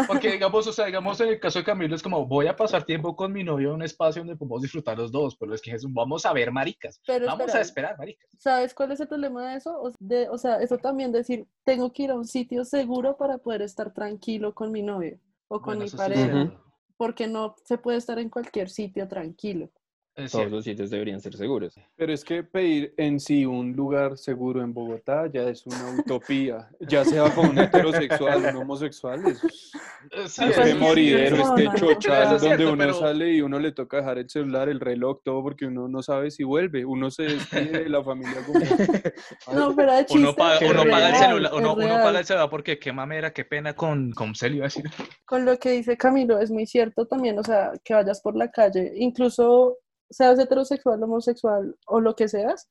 Speaker 2: Porque digamos, o sea, digamos en el caso de Camilo es como voy a pasar tiempo con mi novio en un espacio donde podemos disfrutar los dos, pero es que es un vamos a ver maricas.
Speaker 4: Pero
Speaker 2: Vamos
Speaker 4: espera,
Speaker 2: a esperar, maricas.
Speaker 4: ¿sabes cuál es el problema de eso? O, de- o sea, eso también decir, tengo que ir a un sitio seguro para poder estar tranquilo con mi novio o con
Speaker 2: Bueno,
Speaker 4: mi
Speaker 2: eso sí es
Speaker 4: pareja,
Speaker 3: Ujú.
Speaker 2: cierto.
Speaker 4: porque no se puede estar en cualquier sitio tranquilo.
Speaker 2: Es
Speaker 3: Todos
Speaker 2: cierto.
Speaker 3: los sitios deberían ser seguros.
Speaker 1: Pero es que pedir en sí un lugar seguro en Bogotá ya es una utopía. Ya sea con un heterosexual, un homosexual, es
Speaker 2: Eh, sí,
Speaker 1: Ah,
Speaker 2: eso
Speaker 4: pues,
Speaker 1: Este
Speaker 2: sí,
Speaker 1: moridero,
Speaker 2: eso
Speaker 4: no,
Speaker 1: este
Speaker 4: no, no.
Speaker 2: Eso
Speaker 1: chochal,
Speaker 2: es
Speaker 1: donde
Speaker 2: cierto,
Speaker 1: uno
Speaker 2: pero-
Speaker 1: sale y uno le toca dejar el celular, el reloj, todo, porque uno no sabe si vuelve. Uno se despide de la familia como...
Speaker 4: No, pero de chiste.
Speaker 2: pues, Uno paga,
Speaker 3: Qué
Speaker 2: uno paga el
Speaker 3: real,
Speaker 2: celular, uno,
Speaker 4: es
Speaker 2: uno
Speaker 4: real.
Speaker 2: paga el celular porque qué mamera, qué pena con, con Cel, iba a decir.
Speaker 4: Con lo que dice Camilo, es muy cierto también, o sea, que vayas por la calle, incluso seas heterosexual, homosexual o lo que seas,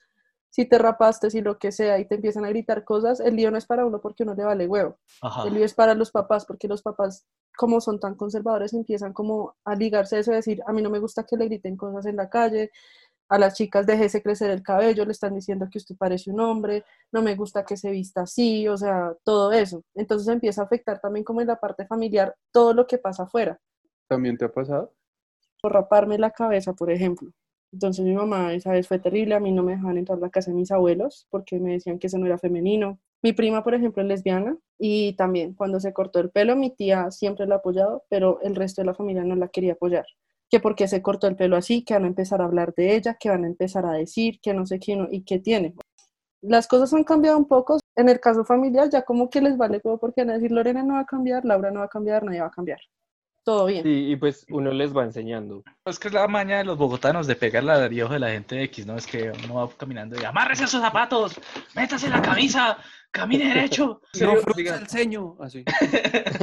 Speaker 4: si te rapaste, si lo que sea, y te empiezan a gritar cosas, el lío no es para uno porque uno le vale huevo.
Speaker 2: Ajá.
Speaker 4: El lío es para los papás, porque los papás, como son tan conservadores, empiezan como a ligarse a eso, de decir, a mí no me gusta que le griten cosas en la calle, a las chicas déjese crecer el cabello, le están diciendo que usted parece un hombre, no me gusta que se vista así, o sea, todo eso. Entonces empieza a afectar también como en la parte familiar todo lo que pasa afuera,
Speaker 1: ¿También te ha pasado?
Speaker 4: por raparme la cabeza, por ejemplo. Entonces mi mamá esa vez fue terrible, a mí no me dejaban entrar a la casa de mis abuelos porque me decían que eso no era femenino. Mi prima, por ejemplo, es lesbiana y también cuando se cortó el pelo, mi tía siempre la ha apoyado, pero el resto de la familia no la quería apoyar. Que porque se cortó el pelo así, que van a empezar a hablar de ella, que van a empezar a decir, que no sé qué no- y qué tiene. Las cosas han cambiado un poco. En el caso familiar, ya como que les vale todo porque van a decir Lorena no va a cambiar, Laura no va a cambiar, nadie va a cambiar. Todo bien.
Speaker 3: Y, y pues uno les va enseñando.
Speaker 2: Es que es la maña de los bogotanos de pegar la del de la gente X, ¿no? Es que uno va caminando y amárrese a sus zapatos, métase la camisa, camine derecho.
Speaker 1: No
Speaker 2: Diga-
Speaker 1: frunce el ceño, así.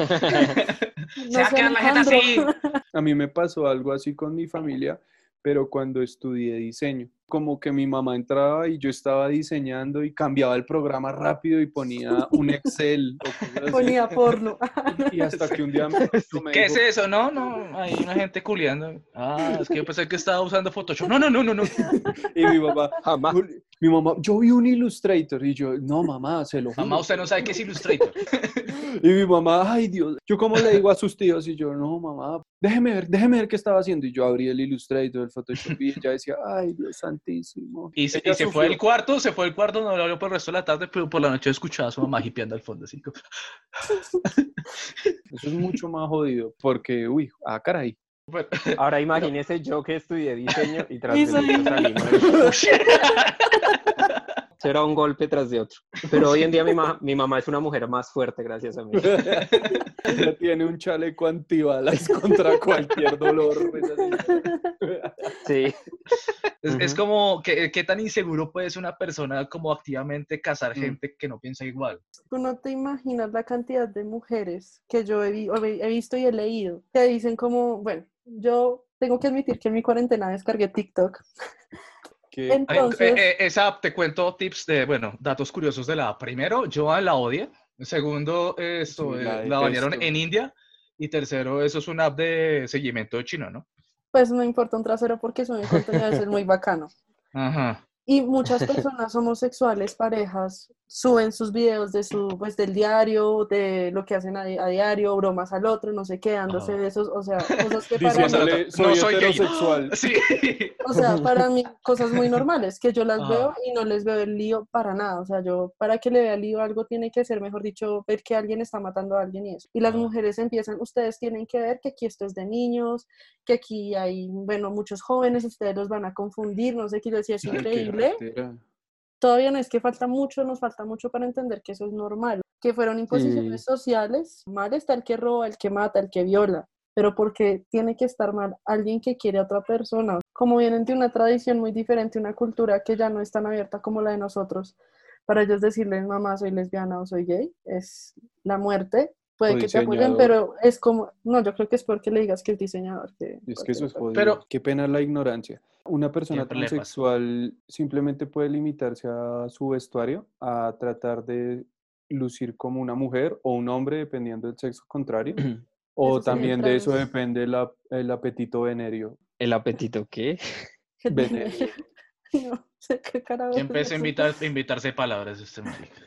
Speaker 2: Se va a
Speaker 4: sé,
Speaker 2: quedar la jeta
Speaker 4: Alejandro.
Speaker 2: así.
Speaker 1: A mí me pasó algo así con mi familia, pero cuando estudié diseño. Como que mi mamá entraba y yo estaba diseñando y cambiaba el programa rápido y ponía un Excel o cosas así.
Speaker 4: Ponía porno. Ah,
Speaker 1: Y hasta que un día me, me
Speaker 2: ¿Qué
Speaker 1: dijo,
Speaker 2: es eso? No, no, hay una gente culiando. Ah, es que yo pensé que estaba usando Photoshop. No, no, no, no, no.
Speaker 1: y mi papá,
Speaker 3: Jamás.
Speaker 1: "Juli- mi mamá, yo vi un Illustrator y yo, no mamá, se lo juro".
Speaker 2: Mamá, usted no sabe qué es Illustrator.
Speaker 1: Y mi mamá, ay Dios, yo como le digo a sus tíos y yo, no mamá, déjeme ver, déjeme ver qué estaba haciendo. Y yo abrí el Illustrator, el Photoshop y ella decía, ay Dios santísimo.
Speaker 2: Y se,
Speaker 1: Ella
Speaker 2: y se fue
Speaker 1: sufrió.
Speaker 2: del cuarto, se fue del cuarto, no lo habló por el resto de la tarde, pero por la noche escuchaba a su mamá hipeando al fondo. Así, como,
Speaker 1: Eso es mucho más jodido porque, uy, ah caray.
Speaker 3: Ahora imagínese yo que estudié diseño y tras
Speaker 4: Y
Speaker 3: de
Speaker 4: soy-
Speaker 3: eso
Speaker 2: "Oh,
Speaker 3: salimos. Será un golpe tras de otro. Pero hoy en día mi, ma- mi mamá es una mujer más fuerte, gracias a mí.
Speaker 1: Ella tiene un chaleco antibalas contra cualquier dolor. esa señora.
Speaker 3: Sí.
Speaker 2: Es, es
Speaker 3: Ujú.
Speaker 2: como, ¿qué, qué tan inseguro puede ser una persona como activamente cazar
Speaker 1: Mm.
Speaker 2: gente que no piensa igual?
Speaker 4: Tú no te imaginas la cantidad de mujeres que yo he, vi- o he- he visto y he leído que dicen como, bueno, yo tengo que admitir que en mi cuarentena descargué TikTok.
Speaker 1: Que-
Speaker 2: Ay, eh,
Speaker 4: Ah, Entonces,
Speaker 2: eh, esa app, te cuento tips de, bueno, datos curiosos de la app. Primero, yo la odié. Segundo, esto,
Speaker 1: Sí,
Speaker 2: eh,
Speaker 1: la
Speaker 2: la, banearon
Speaker 1: detesto.
Speaker 2: en India. Y tercero, eso es una app de seguimiento chino, ¿no?
Speaker 4: pues no importa un trasero porque su contenido a veces muy bacano.
Speaker 2: Ajá.
Speaker 4: Y muchas personas homosexuales, parejas, suben sus videos de su, pues, del diario, de lo que hacen a, di- a diario, bromas al otro, no sé qué, dándose
Speaker 2: Ajá.
Speaker 4: besos, o sea, cosas que para mí-
Speaker 1: Diciéndole,
Speaker 2: No,
Speaker 1: soy,
Speaker 2: soy gay".
Speaker 1: heterosexual.
Speaker 2: Sí.
Speaker 4: O sea, para mí, cosas muy normales, que yo las
Speaker 1: Ah.
Speaker 2: Ajá.
Speaker 4: veo y no les veo el lío para nada. O sea, yo, para que le vea lío a algo, tiene que ser, mejor dicho, ver que alguien está matando a alguien y eso. Y las
Speaker 1: Ah.
Speaker 2: Ajá.
Speaker 4: mujeres empiezan, ustedes tienen que ver que aquí esto es de niños, que aquí hay, bueno, muchos jóvenes, ustedes los van a confundir, no sé qué. Yo decía, es
Speaker 1: Ay, qué
Speaker 4: increíble.
Speaker 1: ratera.
Speaker 4: Todavía no es que falta mucho, nos falta mucho para entender que eso es normal. Que fueron imposiciones sociales, mal está el que roba, el que mata, el que viola pero porque tiene que estar mal alguien que quiere a otra persona. Como vienen de una tradición muy diferente, una cultura que ya no es tan abierta como la de nosotros, para ellos decirles, mamá, soy lesbiana o soy gay, es la muerte. Puede
Speaker 1: O
Speaker 4: que te apoyen,
Speaker 1: diseñador.
Speaker 4: pero es como, no, yo creo que es porque le digas que es diseñador. Que
Speaker 1: Es que eso es jodido.
Speaker 2: Pero-
Speaker 1: Qué pena la ignorancia. Una persona
Speaker 2: Siempre le pasa.
Speaker 1: transexual simplemente puede limitarse a su vestuario, a tratar de lucir como una mujer o un hombre, dependiendo del sexo contrario.
Speaker 4: Eso
Speaker 1: O
Speaker 4: sería
Speaker 1: también de eso
Speaker 4: trans.
Speaker 1: depende la- el apetito venerio.
Speaker 3: ¿El apetito qué?
Speaker 4: que tiene-
Speaker 1: venerio.
Speaker 4: no sé qué carajo es
Speaker 2: Siempre es
Speaker 4: eso.
Speaker 2: invitar, invitarse palabras este marica.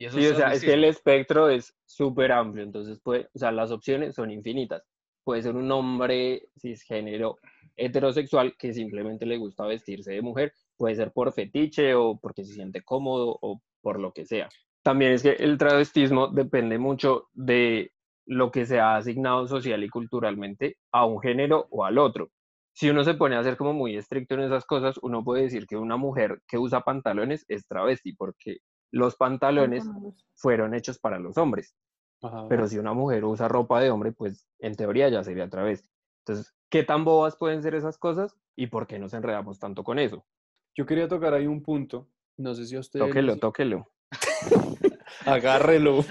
Speaker 2: Y eso
Speaker 3: Sí, o
Speaker 2: es
Speaker 3: sea, es que
Speaker 2: racismo.
Speaker 3: el espectro es súper amplio, entonces puede, o sea, las opciones son infinitas. Puede ser un hombre cisgénero heterosexual que simplemente le gusta vestirse de mujer, puede ser por fetiche o porque se siente cómodo o por lo que sea. También es que el travestismo depende mucho de lo que se ha asignado social y culturalmente a un género o al otro. si uno se pone a ser como muy estricto en esas cosas, uno puede decir que una mujer que usa pantalones es travesti, porque los pantalones fueron hechos para los hombres.
Speaker 1: Ajá.
Speaker 3: Pero si una mujer usa ropa de hombre, pues en teoría ya sería travesti. Entonces, ¿qué tan bobas pueden ser esas cosas y por qué nos enredamos tanto con eso?
Speaker 1: Yo quería tocar ahí un punto. No sé si a ustedes. les-
Speaker 3: Tóquelo, tóquelo.
Speaker 1: Agárrelo.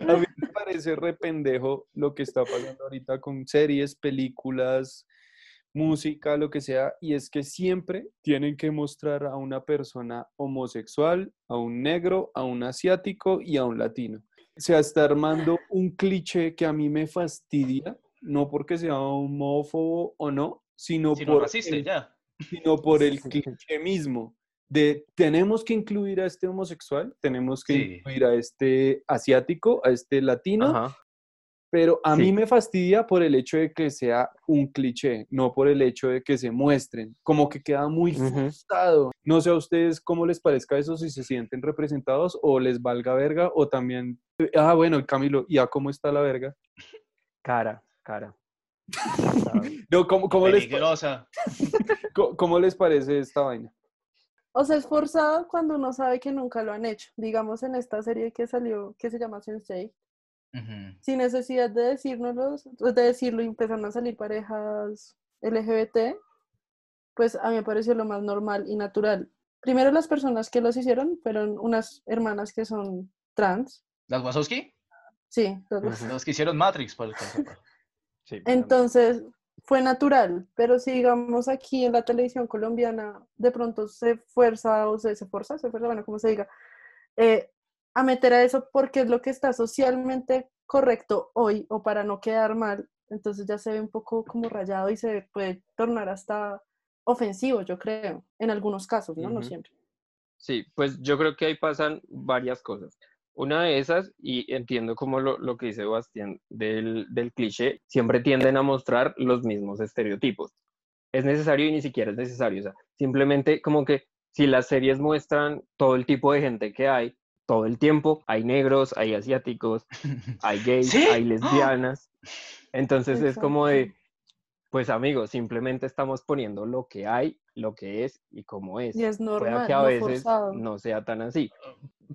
Speaker 1: A mí me parece rependejo lo que está pasando ahorita con series, películas, música, lo que sea, y es que siempre tienen que mostrar a una persona homosexual, a un negro, a un asiático y a un latino. Se está armando un cliché que a mí me fastidia, no porque sea homófobo o no, sino,
Speaker 2: Si no
Speaker 1: por
Speaker 2: raciste, ya.
Speaker 1: sino por el cliché mismo de tenemos que incluir a este homosexual, tenemos que
Speaker 2: Sí.
Speaker 1: incluir a este asiático, a este latino,
Speaker 3: Ajá.
Speaker 1: pero a mí
Speaker 3: Sí.
Speaker 1: me fastidia por el hecho de que sea un cliché, no por el hecho de que se muestren, como que queda muy
Speaker 3: Ujú.
Speaker 1: forzado. No sé a ustedes cómo les parezca eso, si se sienten representados o les valga verga o también, ah, bueno, Camilo, ¿y a cómo está la verga?
Speaker 3: Cara, cara.
Speaker 1: No, ¿cómo, cómo, les,
Speaker 2: Peligrosa.
Speaker 1: cómo- cómo les parece esta vaina?
Speaker 4: O sea, es forzado cuando uno sabe que nunca lo han hecho. Digamos en esta serie que salió, que se llama Sensei,
Speaker 2: Ujú.
Speaker 4: sin necesidad de decírnoslo, de decirlo, y empezaron a salir parejas LGBT, pues a mí me pareció lo más normal y natural. Primero las personas que los hicieron fueron unas hermanas que son trans,
Speaker 2: ¿Las Wazowski?
Speaker 4: sí, las dos.
Speaker 2: Las que hicieron Matrix, para el que no sepa.
Speaker 3: Sí.
Speaker 4: Entonces, fue natural, pero si digamos aquí en la televisión colombiana, de pronto se fuerza o se, se fuerza, se fuerza, bueno, como se diga, eh, a meter a eso porque es lo que está socialmente correcto hoy o para no quedar mal, entonces ya se ve un poco como rayado y se puede tornar hasta ofensivo, yo creo, en algunos casos, ¿no? No
Speaker 1: Ujú.
Speaker 4: siempre.
Speaker 3: Sí, pues yo creo que ahí pasan varias cosas. Una de esas, y entiendo como lo, lo que dice Bastián del, del cliché, siempre tienden a mostrar los mismos estereotipos. Es necesario y ni siquiera es necesario. O sea, simplemente como que si las series muestran todo el tipo de gente que hay, todo el tiempo, hay negros, hay asiáticos, hay gays,
Speaker 2: ¿Sí?
Speaker 3: hay
Speaker 2: ¡Ah!
Speaker 3: lesbianas. Entonces es como de,
Speaker 4: Exacto.
Speaker 3: pues amigos, simplemente estamos poniendo lo que hay, lo que es y cómo es
Speaker 4: Y es
Speaker 3: pueda
Speaker 4: normal,
Speaker 3: que a
Speaker 4: no
Speaker 3: veces
Speaker 4: forzado.
Speaker 3: no sea tan así.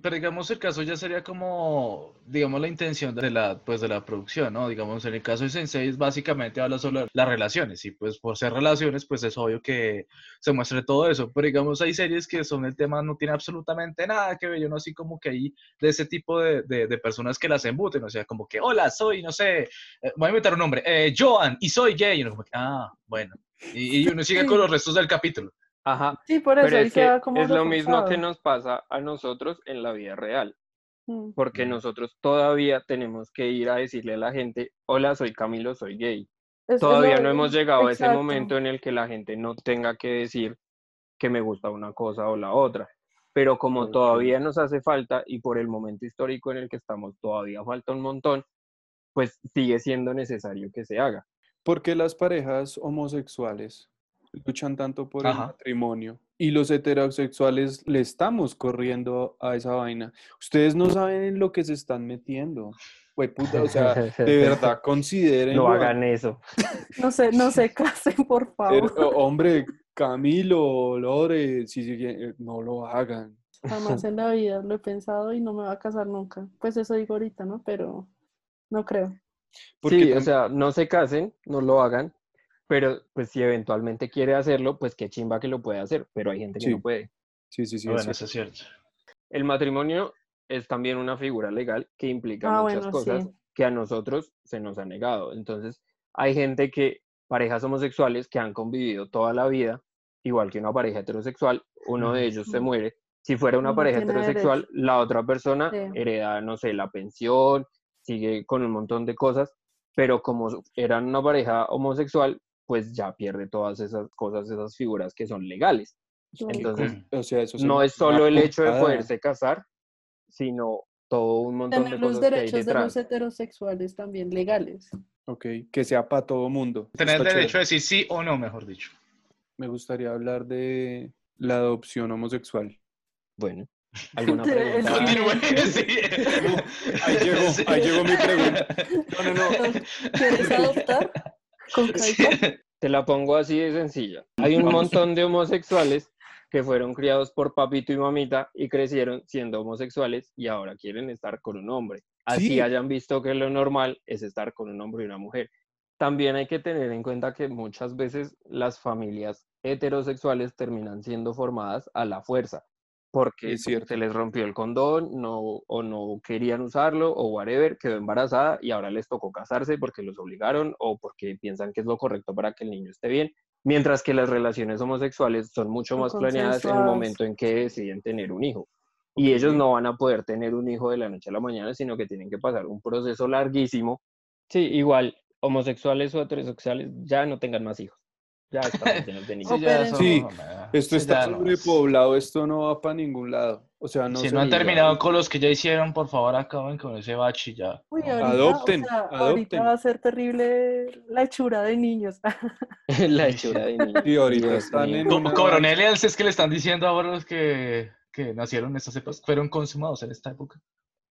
Speaker 2: Pero digamos el caso ya sería como, digamos, la intención de la, pues, de la producción, ¿no? Digamos, en el caso de Sensei básicamente habla solo de las relaciones y pues por ser relaciones pues es obvio que se muestre todo eso, pero digamos hay series que son el tema, no tiene absolutamente nada que ver, yo no así como que ahí de ese tipo de, de- de personas que las embuten, o sea, como que, hola, soy, no sé, eh, voy a inventar un nombre, eh, Joan, y soy gay, y uno como que, ah, bueno, y, y uno sigue con los restos del capítulo.
Speaker 3: Ajá,
Speaker 4: Sí, por eso,
Speaker 3: pero
Speaker 4: ahí
Speaker 3: es
Speaker 4: se
Speaker 3: que
Speaker 4: va como
Speaker 3: es lo mismo que
Speaker 4: reforzado.
Speaker 3: nos pasa a nosotros en la vida real,
Speaker 4: Mm.
Speaker 3: porque
Speaker 2: Mm.
Speaker 3: nosotros todavía tenemos que ir a decirle a la gente, hola, soy Camilo, soy gay.
Speaker 4: Pues Es- es lo-
Speaker 3: Todavía no hemos llegado a ese
Speaker 4: exacto.
Speaker 3: momento en el que la gente no tenga que decir que me gusta una cosa o la otra. Pero como
Speaker 1: Ok.
Speaker 3: todavía nos hace falta y por el momento histórico en el que estamos todavía falta un montón, pues sigue siendo necesario que se haga.
Speaker 1: ¿Por qué las parejas homosexuales luchan tanto por el
Speaker 2: Ajá.
Speaker 1: matrimonio y los heterosexuales le estamos corriendo a esa vaina? Ustedes no saben en lo que se están metiendo. Jueputa, o sea, de verdad consideren.
Speaker 3: no hagan eso.
Speaker 4: No sé, no se casen, por favor.
Speaker 1: Hombre, Camilo, Lore, si, si- eh, no lo hagan.
Speaker 4: Jamás en la vida lo he pensado y no me va a casar nunca. Pues eso digo ahorita, ¿no? Pero no creo.
Speaker 1: Porque
Speaker 3: sí, o
Speaker 1: tam-
Speaker 3: sea, no se casen, no lo hagan, pero pues si eventualmente quiere hacerlo, pues qué chimba que lo puede hacer, pero hay gente que
Speaker 1: Sí.
Speaker 3: no puede.
Speaker 1: sí, sí, sí.
Speaker 2: bueno,
Speaker 1: es cierto.
Speaker 2: eso es cierto.
Speaker 3: El matrimonio es también una figura legal que implica
Speaker 4: Ah,
Speaker 3: muchas
Speaker 4: bueno,
Speaker 3: cosas
Speaker 4: sí.
Speaker 3: que a nosotros se nos ha negado. Entonces, hay gente que, parejas homosexuales que han convivido toda la vida, igual que una pareja heterosexual, uno de ellos se
Speaker 4: Ujú.
Speaker 3: muere. Si fuera una
Speaker 4: No
Speaker 3: pareja
Speaker 4: tiene
Speaker 3: heterosexual, la otra persona
Speaker 4: Sí.
Speaker 3: hereda, no sé, la pensión, sigue con un montón de cosas, pero como su- eran una pareja homosexual, pues ya pierde todas esas cosas, esas figuras que son legales.
Speaker 4: Claro.
Speaker 3: Entonces,
Speaker 2: Mm.
Speaker 1: O sea, eso se
Speaker 3: no
Speaker 1: me
Speaker 3: es
Speaker 1: hace una
Speaker 3: solo el hecho de
Speaker 1: putada.
Speaker 3: poderse casar, sino todo un montón
Speaker 4: Tener
Speaker 3: de
Speaker 4: los
Speaker 3: cosas que hay
Speaker 4: derechos de los
Speaker 3: detrás.
Speaker 4: heterosexuales también legales.
Speaker 1: Ok, que sea para todo mundo.
Speaker 2: Tener
Speaker 1: Está
Speaker 2: el derecho
Speaker 1: chévere.
Speaker 2: a decir sí o no, mejor dicho.
Speaker 1: Me gustaría hablar de la adopción homosexual.
Speaker 3: Bueno, alguna
Speaker 4: Te-
Speaker 3: pregunta.
Speaker 4: es-
Speaker 2: Continúe, sí.
Speaker 1: Ahí llegó,
Speaker 2: Sí.
Speaker 1: ahí llegó mi pregunta. No, no, no.
Speaker 4: ¿Quieres adoptar? Con Caico.
Speaker 3: Te la pongo así de sencilla. Hay un montón de homosexuales que fueron criados por papito y mamita y crecieron siendo homosexuales y ahora quieren estar con un hombre. Así
Speaker 1: Sí.
Speaker 3: hayan visto que lo normal es estar con un hombre y una mujer. También hay que tener en cuenta que muchas veces las familias heterosexuales terminan siendo formadas a la fuerza porque
Speaker 1: Es cierto.
Speaker 3: se les rompió el condón no, o no querían usarlo o whatever, quedó embarazada y ahora les tocó casarse porque los obligaron o porque piensan que es lo correcto para que el niño esté bien. Mientras que las relaciones homosexuales son mucho
Speaker 4: Son
Speaker 3: más planeadas en el
Speaker 4: consensuadas.
Speaker 3: momento en que deciden tener un hijo. Y ellos no van a poder tener un hijo de la noche a la mañana, sino que tienen que pasar un proceso larguísimo. Sí, igual, homosexuales o heterosexuales ya no tengan más hijos. Ya estamos llenos de niños.
Speaker 4: Sí, ya
Speaker 1: Sí,
Speaker 5: esto
Speaker 1: Esto está sobrepoblado, esto no va para ningún lado. O sea, no
Speaker 5: Si
Speaker 1: se
Speaker 5: no han
Speaker 1: diga.
Speaker 5: terminado con los que ya hicieron, por favor acaben con ese bache ya.
Speaker 4: Uy,
Speaker 5: No,
Speaker 4: ahorita,
Speaker 1: Adopten,
Speaker 4: o sea,
Speaker 1: adopten.
Speaker 4: ahorita va a ser terrible la hechura de niños.
Speaker 3: la hechura de niños.
Speaker 1: Y ahorita
Speaker 3: Dios
Speaker 1: están
Speaker 3: mío.
Speaker 1: en
Speaker 5: Co-
Speaker 1: una-
Speaker 5: Coronelias.
Speaker 2: Es que le están diciendo ahora los que, que nacieron en estas épocas, fueron consumados en esta época.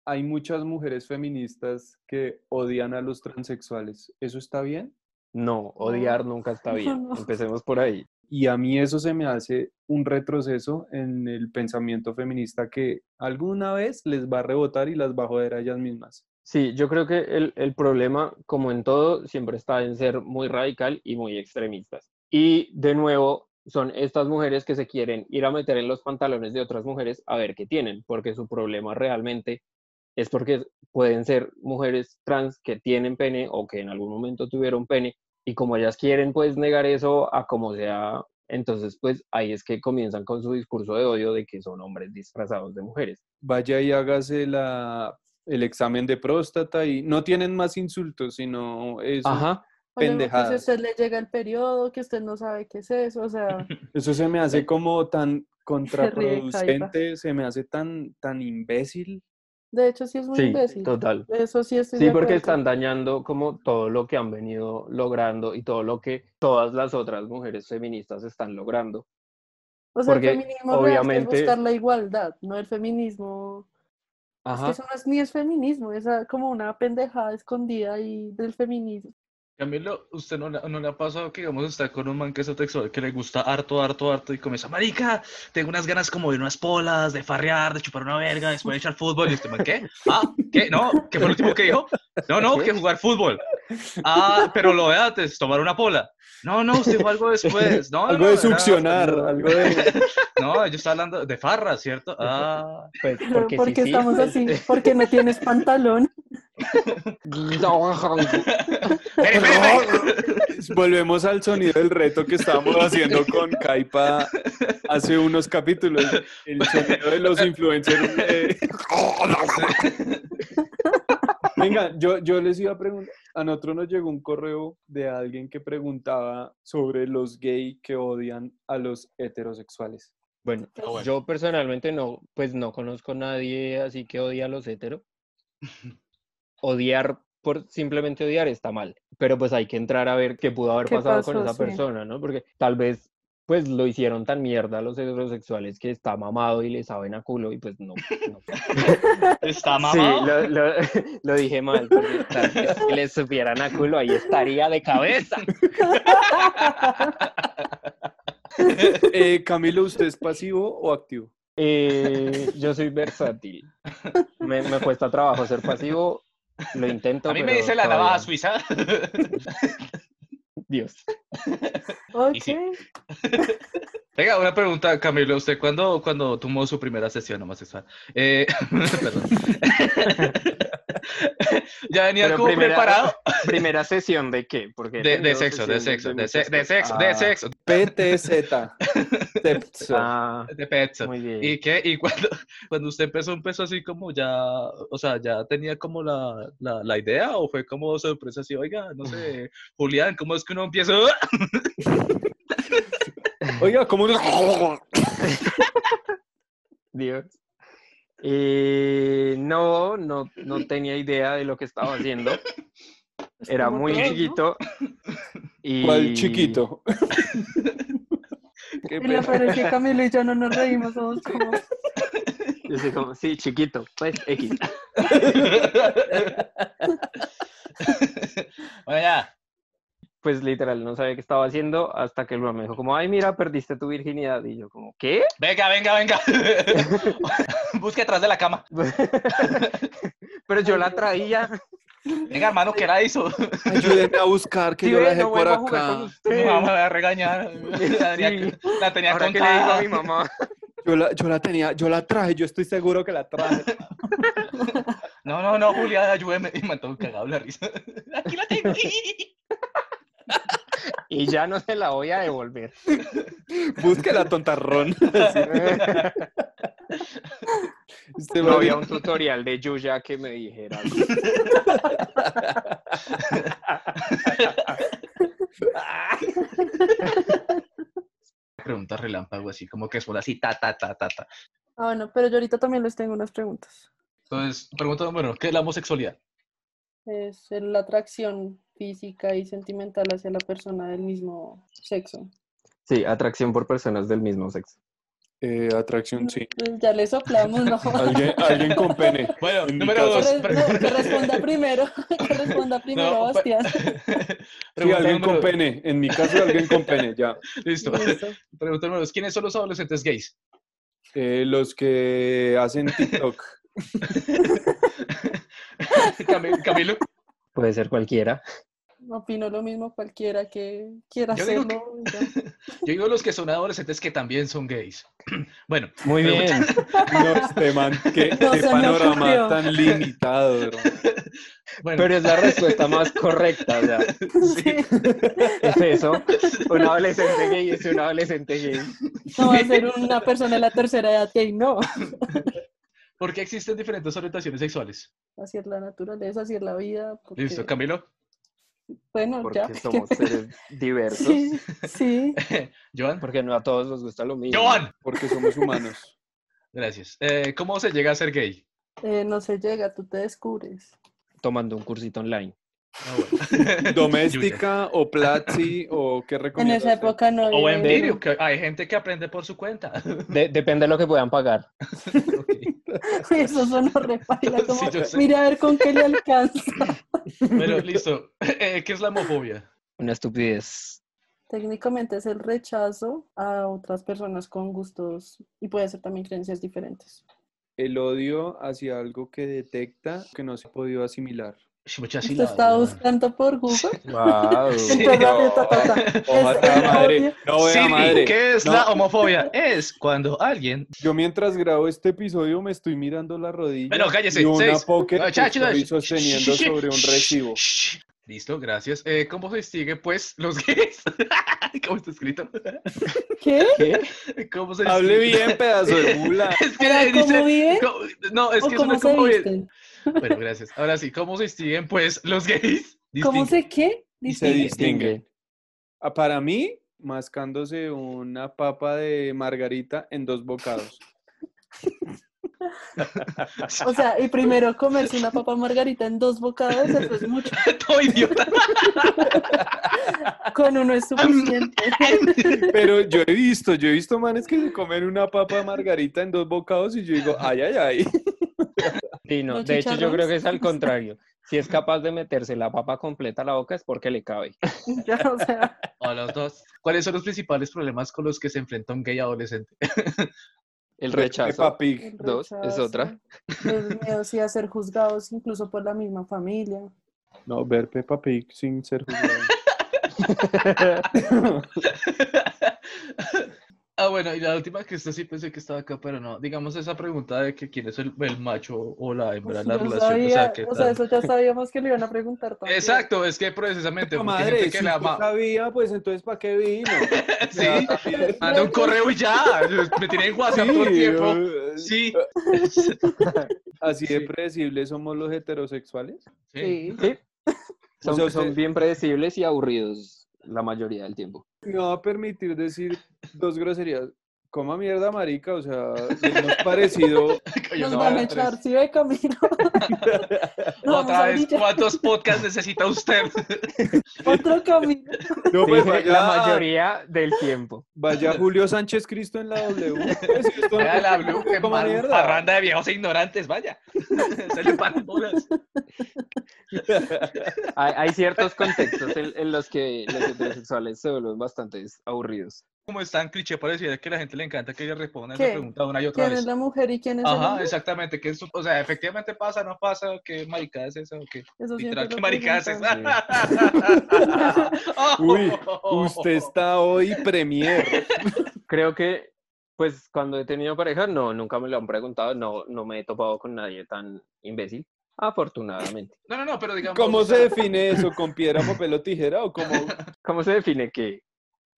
Speaker 1: Hay muchas mujeres feministas que odian a los transexuales. ¿Eso está bien?
Speaker 3: No, odiar nunca está
Speaker 4: No,
Speaker 3: bien.
Speaker 4: no.
Speaker 3: Empecemos por ahí.
Speaker 1: Y a mí eso se me hace un retroceso en el pensamiento feminista que alguna vez les va a rebotar y las va a joder a ellas mismas.
Speaker 3: Sí, yo creo que el, el problema, como en todo, siempre está en ser muy radical y muy extremistas. Y de nuevo, son estas mujeres que se quieren ir a meter en los pantalones de otras mujeres a ver qué tienen, porque su problema realmente es porque pueden ser mujeres trans que tienen pene o que en algún momento tuvieron pene, y como ellas quieren, pues negar eso a como sea, entonces pues ahí es que comienzan con su discurso de odio de que son hombres disfrazados de mujeres.
Speaker 1: Vaya y hágase la, el examen de próstata y no tienen más insultos, sino eso.
Speaker 3: Ajá.
Speaker 4: O luego que si a
Speaker 1: Pendejadas.
Speaker 4: usted le llega el periodo, que usted no sabe qué es eso, o sea,
Speaker 1: Eso se me hace como tan
Speaker 4: Caipa.
Speaker 1: contraproducente, se me hace tan, tan imbécil.
Speaker 4: de hecho sí es muy
Speaker 3: Sí,
Speaker 4: imbécil.
Speaker 3: total.
Speaker 4: Eso sí estoy
Speaker 3: Sí,
Speaker 4: de
Speaker 3: porque
Speaker 4: acuerdo.
Speaker 3: están dañando como todo lo que han venido logrando y todo lo que todas las otras mujeres feministas están logrando.
Speaker 4: O sea,
Speaker 3: porque
Speaker 4: el feminismo real es
Speaker 3: obviamente-
Speaker 4: buscar la igualdad, no el feminismo. Es que
Speaker 3: Ajá.
Speaker 4: eso no es ni es feminismo, es ah, como una pendejada escondida ahí del feminismo.
Speaker 2: Camilo, ¿usted no, le- no le ha pasado que, digamos, está con un man que es heterosexual que le gusta harto, harto, harto y comienza, marica, tengo unas ganas como de unas polas, de farrear, de chupar una verga, después de echar fútbol? Y usted, man, ¿qué? Ah, ¿qué? No, ¿qué fue lo último que dijo? No, no, que jugar fútbol. Ah, pero lo de antes, tomar una pola. No, no, usted dijo algo después. No,
Speaker 1: algo
Speaker 2: no,
Speaker 1: de
Speaker 2: era-
Speaker 1: succionar, algo de...
Speaker 2: No, yo estaba hablando de farra, ¿cierto? Ah,
Speaker 3: Pues,
Speaker 4: Pero
Speaker 3: porque
Speaker 4: ¿por qué
Speaker 3: sí, sí.
Speaker 4: estamos así? Porque no tienes pantalón.
Speaker 2: espere, espere, espere.
Speaker 1: Pues Volvemos al sonido del reto que estábamos haciendo con Caipa hace unos capítulos. El sonido de los influencers. de- Venga, yo, yo les iba a preguntar. A nosotros nos llegó un correo de alguien que preguntaba sobre los gay que odian a los heterosexuales.
Speaker 3: Bueno,
Speaker 2: bueno.
Speaker 3: yo personalmente no, pues no conozco a nadie así que odia a los heteros. Odiar por simplemente odiar está mal, pero pues hay que entrar a ver qué pudo haber
Speaker 4: ¿Qué
Speaker 3: pasado con
Speaker 4: pasó?
Speaker 3: esa
Speaker 4: Sí.
Speaker 3: persona, ¿no? Porque tal vez pues lo hicieron tan mierda a los heterosexuales que está mamado y le saben a culo y pues no. no.
Speaker 2: Está
Speaker 3: Sí,
Speaker 2: mamado.
Speaker 3: lo, lo- lo dije mal, porque tal vez si le supieran a culo ahí estaría de cabeza.
Speaker 1: Eh, Camilo, ¿usted es pasivo o activo?
Speaker 3: Eh, yo soy versátil. Me, me cuesta trabajo ser pasivo. Lo intento.
Speaker 2: A mí me
Speaker 3: pero
Speaker 2: dice la
Speaker 3: todavía
Speaker 2: navaja
Speaker 3: no.
Speaker 2: suiza.
Speaker 3: Dios.
Speaker 4: Ok.
Speaker 2: Y sí. Venga, una pregunta, Camilo. ¿Usted cuándo, cuando tomó su primera sesión homosexual? Eh, perdón. ¿Ya venía
Speaker 3: Pero
Speaker 2: como
Speaker 3: primera-
Speaker 2: preparado?
Speaker 3: Primera sesión de qué? Porque he
Speaker 2: De, de
Speaker 3: tenido
Speaker 2: sexo, de
Speaker 3: sesiones
Speaker 2: sexo, de,
Speaker 3: muchas
Speaker 2: se- de
Speaker 3: cosas.
Speaker 2: sexo, de
Speaker 3: Ah,
Speaker 2: sexo,
Speaker 1: PTZ. Tepso.
Speaker 3: ah,
Speaker 2: de sexo.
Speaker 3: muy bien.
Speaker 2: ¿Y qué? ¿Y cuando, cuando usted empezó, empezó así como ya, o sea, ya tenía como la, la, la idea o fue como sorpresa así, oiga, no sé, Julián, ¿cómo es que uno empieza?
Speaker 1: Oiga, ¿cómo no-
Speaker 3: Dios. Eh, no, no, no tenía idea de lo que estaba haciendo.
Speaker 4: Es
Speaker 3: Era
Speaker 4: como
Speaker 3: muy
Speaker 4: todo, ¿no?
Speaker 3: chiquito. Y...
Speaker 1: ¿Cuál chiquito? Qué
Speaker 4: Y lo
Speaker 1: pena.
Speaker 4: peor es que Camilo y yo no nos reímos, somos como, ah,
Speaker 3: Yo soy como, sí, chiquito, pues X.
Speaker 2: bueno, ya.
Speaker 3: pues literal no sabía qué estaba haciendo hasta que el man me dijo como, ay, mira, perdiste tu virginidad. Y yo como, ¿qué?
Speaker 2: Venga, venga, venga. Busque atrás de la cama.
Speaker 3: Pero yo la traía.
Speaker 2: Venga, hermano, ¿qué era eso?
Speaker 1: Ayúdenme a buscar que
Speaker 3: Sí,
Speaker 1: yo
Speaker 3: ve,
Speaker 1: la dejé
Speaker 3: no
Speaker 1: por
Speaker 3: vuelvo a jugar con
Speaker 1: acá.
Speaker 2: Mi
Speaker 3: usted.
Speaker 2: mamá me va a regañar. La tenía,
Speaker 3: Sí.
Speaker 2: la tenía
Speaker 3: Ahora que le digo
Speaker 2: contada.
Speaker 3: a mi mamá.
Speaker 1: Yo la, yo la tenía, yo la traje, yo estoy seguro que la traje.
Speaker 2: No, no, no, Julia, ayúdeme. Y me todo cagado la risa. Aquí la tengo.
Speaker 3: Y ya no se la voy a devolver.
Speaker 1: Búsquela, tontarrón. Este
Speaker 3: No
Speaker 1: man-
Speaker 3: había un tutorial de Yuya que me dijera. algo.
Speaker 2: Pregunta relámpago así, como que es bola así, ta, ta, ta, ta, ta.
Speaker 4: Ah, bueno, pero yo ahorita también les tengo unas preguntas.
Speaker 2: Entonces, pregunta número uno, ¿qué es la homosexualidad?
Speaker 4: Es el- la atracción física y sentimental hacia la persona del mismo sexo.
Speaker 3: Sí, atracción por personas del mismo sexo.
Speaker 1: Eh, atracción, sí.
Speaker 4: Pues Ya le soplamos, ¿no?
Speaker 1: Alguien, alguien con pene.
Speaker 2: Bueno,
Speaker 1: En mi
Speaker 2: número
Speaker 1: caso.
Speaker 2: dos.
Speaker 4: Que, re-
Speaker 2: pre-
Speaker 4: no, que responda primero, que responda primero,
Speaker 2: No, pa-
Speaker 4: Bastián.
Speaker 1: Sí,
Speaker 2: Pregunta
Speaker 1: alguien con
Speaker 2: número-
Speaker 1: pene. En mi caso, alguien con pene, ya.
Speaker 2: Listo.
Speaker 4: Listo.
Speaker 2: Pregunta número dos, ¿quiénes son los adolescentes gays?
Speaker 1: Eh, los que hacen TikTok.
Speaker 2: Cami- Camilo.
Speaker 3: Puede ser cualquiera.
Speaker 4: Opino lo mismo cualquiera que quiera
Speaker 2: Yo digo
Speaker 4: hacerlo. y ya.
Speaker 2: Yo digo los que son adolescentes que también son gays. Bueno,
Speaker 1: Eh,
Speaker 3: Muy bien.
Speaker 1: No, este man, qué,
Speaker 4: No
Speaker 1: qué
Speaker 4: se me
Speaker 1: panorama
Speaker 4: ocurrió.
Speaker 1: tan limitado, bro.
Speaker 2: bueno.
Speaker 3: Pero es la respuesta más correcta. O sea,
Speaker 2: sí.
Speaker 3: es eso. Un adolescente gay es un adolescente gay.
Speaker 4: No va a ser una persona de la tercera edad que no.
Speaker 2: ¿Por qué existen diferentes orientaciones sexuales?
Speaker 4: Así es la naturaleza, así es la vida. porque-
Speaker 2: Listo, Camilo.
Speaker 4: Bueno, ya.
Speaker 3: Porque
Speaker 4: qué
Speaker 3: somos
Speaker 4: pena.
Speaker 3: seres diversos.
Speaker 4: Sí, sí.
Speaker 2: Joan.
Speaker 3: Porque no a todos nos gusta lo mismo.
Speaker 2: Joan.
Speaker 1: Porque somos humanos.
Speaker 2: Gracias. Eh, ¿Cómo se llega a ser gay?
Speaker 4: Eh, no se llega, tú te descubres.
Speaker 3: Tomando un cursito online.
Speaker 2: Ah, bueno.
Speaker 1: ¿Doméstica o Platzi o qué
Speaker 4: En
Speaker 1: recomiendas?
Speaker 4: esa época no
Speaker 2: Yuya. O
Speaker 4: había
Speaker 2: en
Speaker 4: dinero.
Speaker 2: vídeo, que hay gente que aprende por su cuenta.
Speaker 3: De- depende de lo que puedan pagar.
Speaker 2: Ok.
Speaker 4: Uy, Eso sonó re paila,
Speaker 2: Sí,
Speaker 4: como,
Speaker 2: yo sé.
Speaker 4: mira a ver con qué le alcanza.
Speaker 2: Bueno, listo. Eh, ¿Qué es la homofobia?
Speaker 3: Una estupidez.
Speaker 4: Técnicamente es el rechazo a otras personas con gustos y puede ser también creencias diferentes.
Speaker 1: El odio hacia algo que detecta que no se ha podido asimilar.
Speaker 2: Ush, Muchas
Speaker 4: ¿Usted
Speaker 2: sílabas,
Speaker 4: está
Speaker 2: weón.
Speaker 4: buscando por Google?
Speaker 3: Wow.
Speaker 4: Entonces, rápido, ta, ta, ta.
Speaker 1: Ojalá,
Speaker 4: Es el
Speaker 1: madre.
Speaker 4: odio.
Speaker 1: No vea,
Speaker 2: Siri,
Speaker 1: madre.
Speaker 2: ¿qué es
Speaker 1: No.
Speaker 2: la homofobia? Es cuando alguien...
Speaker 1: Yo mientras grabo este episodio me estoy mirando la rodilla
Speaker 2: Bueno, cállese,
Speaker 1: y una
Speaker 2: seis.
Speaker 1: poker
Speaker 2: Ah,
Speaker 1: que
Speaker 2: cha, cha,
Speaker 1: estoy
Speaker 2: sh-
Speaker 1: sosteniendo
Speaker 2: sh- sh-
Speaker 1: sobre un
Speaker 2: sh-
Speaker 1: recibo.
Speaker 2: sh- Listo, gracias. Eh, ¿Cómo se distingue, pues, los gays? ¿Cómo está escrito?
Speaker 4: ¿Qué?
Speaker 3: ¿Qué?
Speaker 2: ¿Cómo se
Speaker 1: Hable
Speaker 2: distingue?
Speaker 1: bien, pedazo de mula.
Speaker 2: Es que
Speaker 4: ¿Era
Speaker 2: dice-
Speaker 4: cómo viven
Speaker 2: co- No, es
Speaker 4: ¿Eh? o
Speaker 2: que es
Speaker 4: cómo
Speaker 2: una
Speaker 4: se
Speaker 2: como...
Speaker 4: visten?
Speaker 2: Bueno, gracias. Ahora sí, ¿cómo se distinguen, pues, los gays?
Speaker 4: ¿Cómo
Speaker 2: Distingue.
Speaker 4: se qué?
Speaker 1: Y
Speaker 4: Dice,
Speaker 1: se distingue. Ah, Para mí, mascándose una papa de margarita en dos bocados.
Speaker 4: O sea, y primero comerse una papa margarita en dos bocados, eso es mucho.
Speaker 2: Todo idiota.
Speaker 4: Con uno es suficiente.
Speaker 1: Pero yo he visto, yo he visto manes que se comen una papa de margarita en dos bocados y yo digo, ay, ay, ay.
Speaker 3: Sí, no.
Speaker 4: ¿Los
Speaker 3: De hecho, yo creo que es al
Speaker 4: chicharrones?
Speaker 3: contrario. Si es capaz de meterse la papa completa a la boca es porque le cabe.
Speaker 4: Ya, o sea,
Speaker 2: O los dos. ¿Cuáles son los principales problemas con los que se enfrenta un gay adolescente?
Speaker 3: El
Speaker 1: Peppa
Speaker 3: rechazo.
Speaker 1: Pig.
Speaker 4: el
Speaker 3: Dos, es otra.
Speaker 4: rechazo, El miedo sí a ser juzgados incluso por la misma familia.
Speaker 1: No, ver Peppa Pig sin ser juzgado.
Speaker 2: Ah, bueno, y la última que esta sí pensé que estaba acá, pero no. Digamos esa pregunta de que quién es el, el macho o la hembra en la
Speaker 4: Yo
Speaker 2: relación. o sea,
Speaker 4: sabía,
Speaker 2: ¿qué
Speaker 4: o sea,
Speaker 2: tal?
Speaker 4: eso ya sabíamos que le iban a preguntar también.
Speaker 2: Exacto, es que precisamente
Speaker 1: Puta
Speaker 2: porque hay gente
Speaker 1: madre,
Speaker 2: que
Speaker 1: si
Speaker 2: la
Speaker 1: usted
Speaker 2: ama.
Speaker 1: sabía, pues entonces ¿para qué vino? O
Speaker 2: Sí,
Speaker 1: sea, también-
Speaker 2: manda un correo y ya. Me tiene en WhatsApp todo el tiempo.
Speaker 1: eh,
Speaker 2: Sí.
Speaker 1: Así de
Speaker 2: Sí.
Speaker 1: predecibles somos los heterosexuales.
Speaker 2: Sí.
Speaker 4: Sí.
Speaker 3: Sí. Son,
Speaker 1: O sea,
Speaker 3: son
Speaker 1: usted-
Speaker 3: bien predecibles y aburridos la mayoría del tiempo.
Speaker 1: Me va a permitir decir dos groserías. Coma mierda, marica, o sea, no es parecido.
Speaker 4: Nos
Speaker 2: no,
Speaker 4: van a
Speaker 2: tres.
Speaker 4: echar, si ve camino. Nos vamos a
Speaker 2: Otra vez,
Speaker 4: brillar.
Speaker 2: ¿cuántos podcasts necesita usted?
Speaker 4: Otro camino.
Speaker 1: No, pues vaya,
Speaker 3: la mayoría del tiempo.
Speaker 1: vaya Julio Sánchez Cristo en la W. pues, si esto no-
Speaker 2: Vaya la blue, qué
Speaker 1: coma
Speaker 2: mal-
Speaker 1: mierda.
Speaker 2: parranda de viejos e ignorantes, vaya. Se le paran bolas.
Speaker 3: Hay, hay ciertos contextos en, en los que los heterosexuales se vuelven bastante aburridos.
Speaker 2: Como es tan cliché, pareciera que a la gente le encanta que le respondan
Speaker 4: ¿Qué?
Speaker 2: esa pregunta una y otra
Speaker 4: ¿Quién
Speaker 2: vez.
Speaker 4: es la mujer y quién es el
Speaker 2: Ajá,
Speaker 4: hombre?
Speaker 2: exactamente. Que es, o sea, efectivamente pasa, no pasa, qué maricada es esa o qué.
Speaker 4: Eso siempre
Speaker 2: Literal,
Speaker 4: lo
Speaker 2: qué maricada Oh. es esa.
Speaker 4: preguntan.
Speaker 1: Uy, usted está hoy premier.
Speaker 3: Creo que, pues, cuando he tenido pareja, no, nunca me lo han preguntado, no, no me he topado con nadie tan imbécil, afortunadamente.
Speaker 2: No, no, no, pero digamos.
Speaker 1: ¿Cómo
Speaker 2: o
Speaker 1: se
Speaker 2: sea,
Speaker 1: define eso? ¿Con piedra, papel o tijera? ¿O cómo?
Speaker 3: ¿Cómo se define que